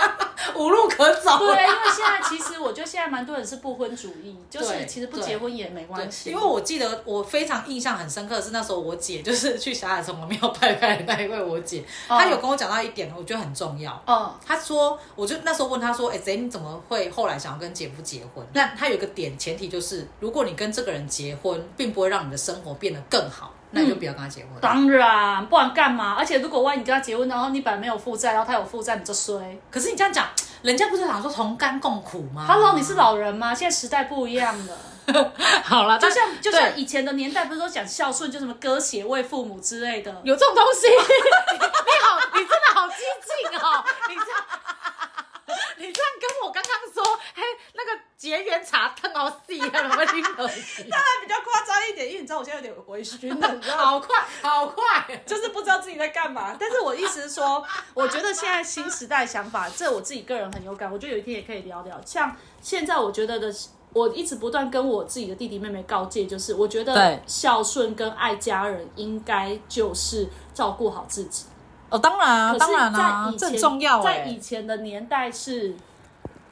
Speaker 1: 无路可走
Speaker 2: 对，因
Speaker 1: 了。
Speaker 2: 为现在其实我觉得现在蛮多人是不婚主义，就是
Speaker 1: 对
Speaker 2: 其实不结婚也没关系，
Speaker 1: 因为我记得我非常印象很深刻的是那时候我姐就是去霞海城隍庙拜拜的那一位我姐，
Speaker 2: 哦
Speaker 1: 她有跟我讲到一点，我觉得很重要。
Speaker 2: 哦，
Speaker 1: 她说，我就那时候问她说，哎、姐你怎么会后来想要跟姐夫结婚？那她有一个点前提就是，如果你跟这个人结婚，并不会让你的生活变得更好，那你就不要跟他结婚。
Speaker 2: 当然，啊不然干嘛？而且如果万一你跟他结婚，然后你本来没有负债，然后他有负债，你就衰。
Speaker 1: 可是你这样讲，人家不是想说同甘共苦吗
Speaker 2: Hello，你是老人吗？现在时代不一样了，
Speaker 1: 好 了，
Speaker 2: 就
Speaker 1: 但
Speaker 2: 像就像
Speaker 1: 对
Speaker 2: 以前的年代，不是都讲孝顺，就什么割血为父母之类的。
Speaker 1: 有这种东西， 你好，你真的好激进哦，你这样。 你这样跟我刚刚说，嘿，那个结缘茶烫好细啊，我们听耳机，
Speaker 2: 当然比较夸张一点，因为你知道我现在有点微醺了，你知道吗
Speaker 1: 好快，好快，
Speaker 2: 就是不知道自己在干嘛。 但是我意思是说， 我觉得现在新时代想法，这我自己个人很有感，我觉得有一天也可以聊聊。像现在我觉得的，我一直不断跟我自己的弟弟妹妹告诫，就是我觉得
Speaker 1: 对
Speaker 2: 孝顺跟爱家人，应该就是照顾好自己。
Speaker 1: 哦，当然啊
Speaker 2: 可是在以前
Speaker 1: 欸
Speaker 2: 在以前的年代是。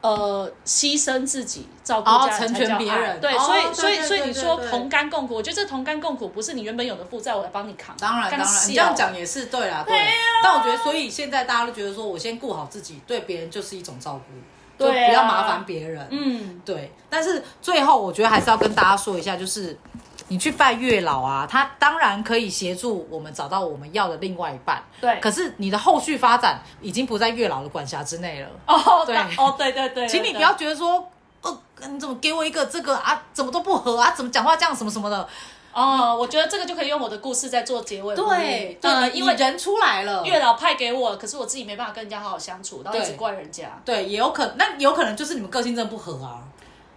Speaker 2: 呃，牺牲自己照顾
Speaker 1: 哦
Speaker 2: 家人才
Speaker 1: 成全
Speaker 2: 叫
Speaker 1: 别
Speaker 2: 爱
Speaker 1: 人
Speaker 2: 对，
Speaker 1: 哦
Speaker 2: 所以
Speaker 1: 对
Speaker 2: 所以
Speaker 1: 对
Speaker 2: 所以
Speaker 1: 对
Speaker 2: 你
Speaker 1: 对
Speaker 2: 说
Speaker 1: 对
Speaker 2: 同甘共苦，我觉得这同甘共苦不是你原本有的负债我来帮你扛，
Speaker 1: 当然，
Speaker 2: 干
Speaker 1: 当然，
Speaker 2: 笑
Speaker 1: 你这样讲也是对啦，对。啊但我觉得，所以现在大家都觉得说，我先顾好自己，对别人就是一种照顾，就
Speaker 2: 对啊
Speaker 1: 不要麻烦别人。
Speaker 2: 嗯，
Speaker 1: 对，但是最后我觉得还是要跟大家说一下，就是你去拜月老啊，他当然可以协助我们找到我们要的另外一半，
Speaker 2: 对。
Speaker 1: 可是你的后续发展已经不在月老的管辖之内了，
Speaker 2: 哦，
Speaker 1: 对
Speaker 2: 大哦，对对对，
Speaker 1: 请你
Speaker 2: 对
Speaker 1: 不要觉得说。哦，你怎么给我一个这个啊？怎么都不合啊？怎么讲话这样什么什么的？
Speaker 2: 哦，我觉得这个就可以用我的故事再做结尾。
Speaker 1: 呃，
Speaker 2: 呃，
Speaker 1: 你
Speaker 2: 因为
Speaker 1: 人出来了，
Speaker 2: 月老派给我，可是我自己没办法跟人家好好相处，然后一直
Speaker 1: 对
Speaker 2: 怪人家。
Speaker 1: 对，也有可能，那有可能就是你们个性真的不合啊。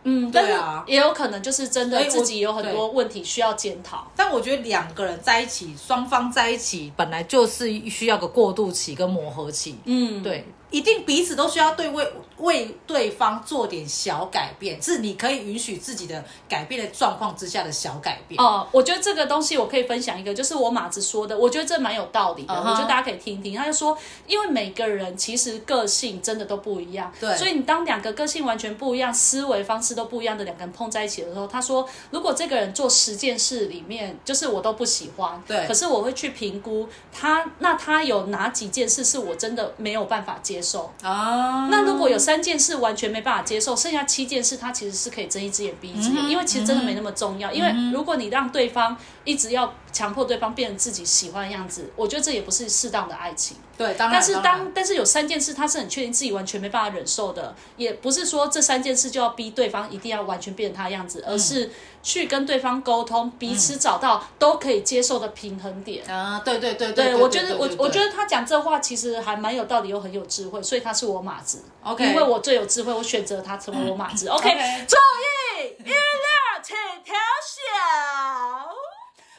Speaker 2: 嗯，但
Speaker 1: 对
Speaker 2: 是
Speaker 1: 啊
Speaker 2: 也有可能就是真的
Speaker 1: 所以我
Speaker 2: 自己有很多问题需要检讨。
Speaker 1: 但我觉得两个人在一起，双方在一起，本来就是需要个过渡期跟磨合期。
Speaker 2: 嗯，
Speaker 1: 对，一定彼此都需要对为为对方做点小改变，是你可以允许自己的改变的状况之下的小改变。
Speaker 2: 哦，我觉得这个东西我可以分享一个，就是我马子说的，我觉得这蛮有道理的
Speaker 1: 嗯哼
Speaker 2: 我觉得大家可以听听。他就说，因为每个人其实个性真的都不一样，
Speaker 1: 对
Speaker 2: 所以你当两个个性完全不一样、思维方式都不一样的两个人碰在一起的时候，他说，如果这个人做十件事里面，就是我都不喜欢，
Speaker 1: 对
Speaker 2: 可是我会去评估他，那他有哪几件事是我真的没有办法接受。
Speaker 1: 啊，
Speaker 2: 那如果有三件事完全没办法接受，剩下七件事他其实是可以睁一只眼闭一只
Speaker 1: 嗯
Speaker 2: 眼，因为其实真的没那么重要。因为如果你让对方一直要强迫对方变成自己喜欢的样子，我觉得这也不是适当的爱情。
Speaker 1: 对，当然，
Speaker 2: 但是
Speaker 1: 当
Speaker 2: 当
Speaker 1: 然
Speaker 2: 但是有三件事他是很确定自己完全没办法忍受的，也不是说这三件事就要逼对方一定要完全变成他的样子，而是
Speaker 1: 嗯
Speaker 2: 去跟对方沟通，彼此找到都可以接受的平衡点。
Speaker 1: 啊，对对对
Speaker 2: 对，
Speaker 1: 对，
Speaker 2: 我觉得
Speaker 1: 对
Speaker 2: 我
Speaker 1: 对
Speaker 2: 我
Speaker 1: 对
Speaker 2: 觉得他讲这话其实还蛮有道理，又很有智慧，所以他是我马子。
Speaker 1: OK
Speaker 2: 因为我最有智慧，我选择他成为我马子。OK，
Speaker 1: OK
Speaker 2: 注意音量请调小。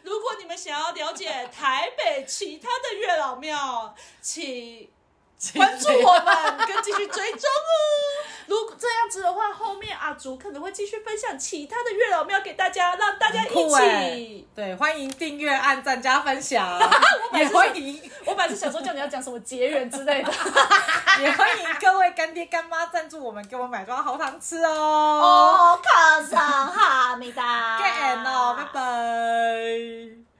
Speaker 2: 如果你们想要了解台北其他的月老庙，请关注我们，跟继续追踪哦。如果这样子的话，后面阿竹可能会继续分享其他的月老庙给大家，让大家一
Speaker 1: 酷
Speaker 2: 起
Speaker 1: 欸。对，欢迎订阅、按赞、加分 享，
Speaker 2: 来
Speaker 1: 也
Speaker 2: 是
Speaker 1: 欢迎
Speaker 2: 我本来是想说叫你要讲什么结缘之类的。
Speaker 1: 也欢迎各位干爹干妈赞助我们，给我们买包好糖吃哦。
Speaker 2: 哦，卡上哈密达，
Speaker 1: 感恩哦，拜拜。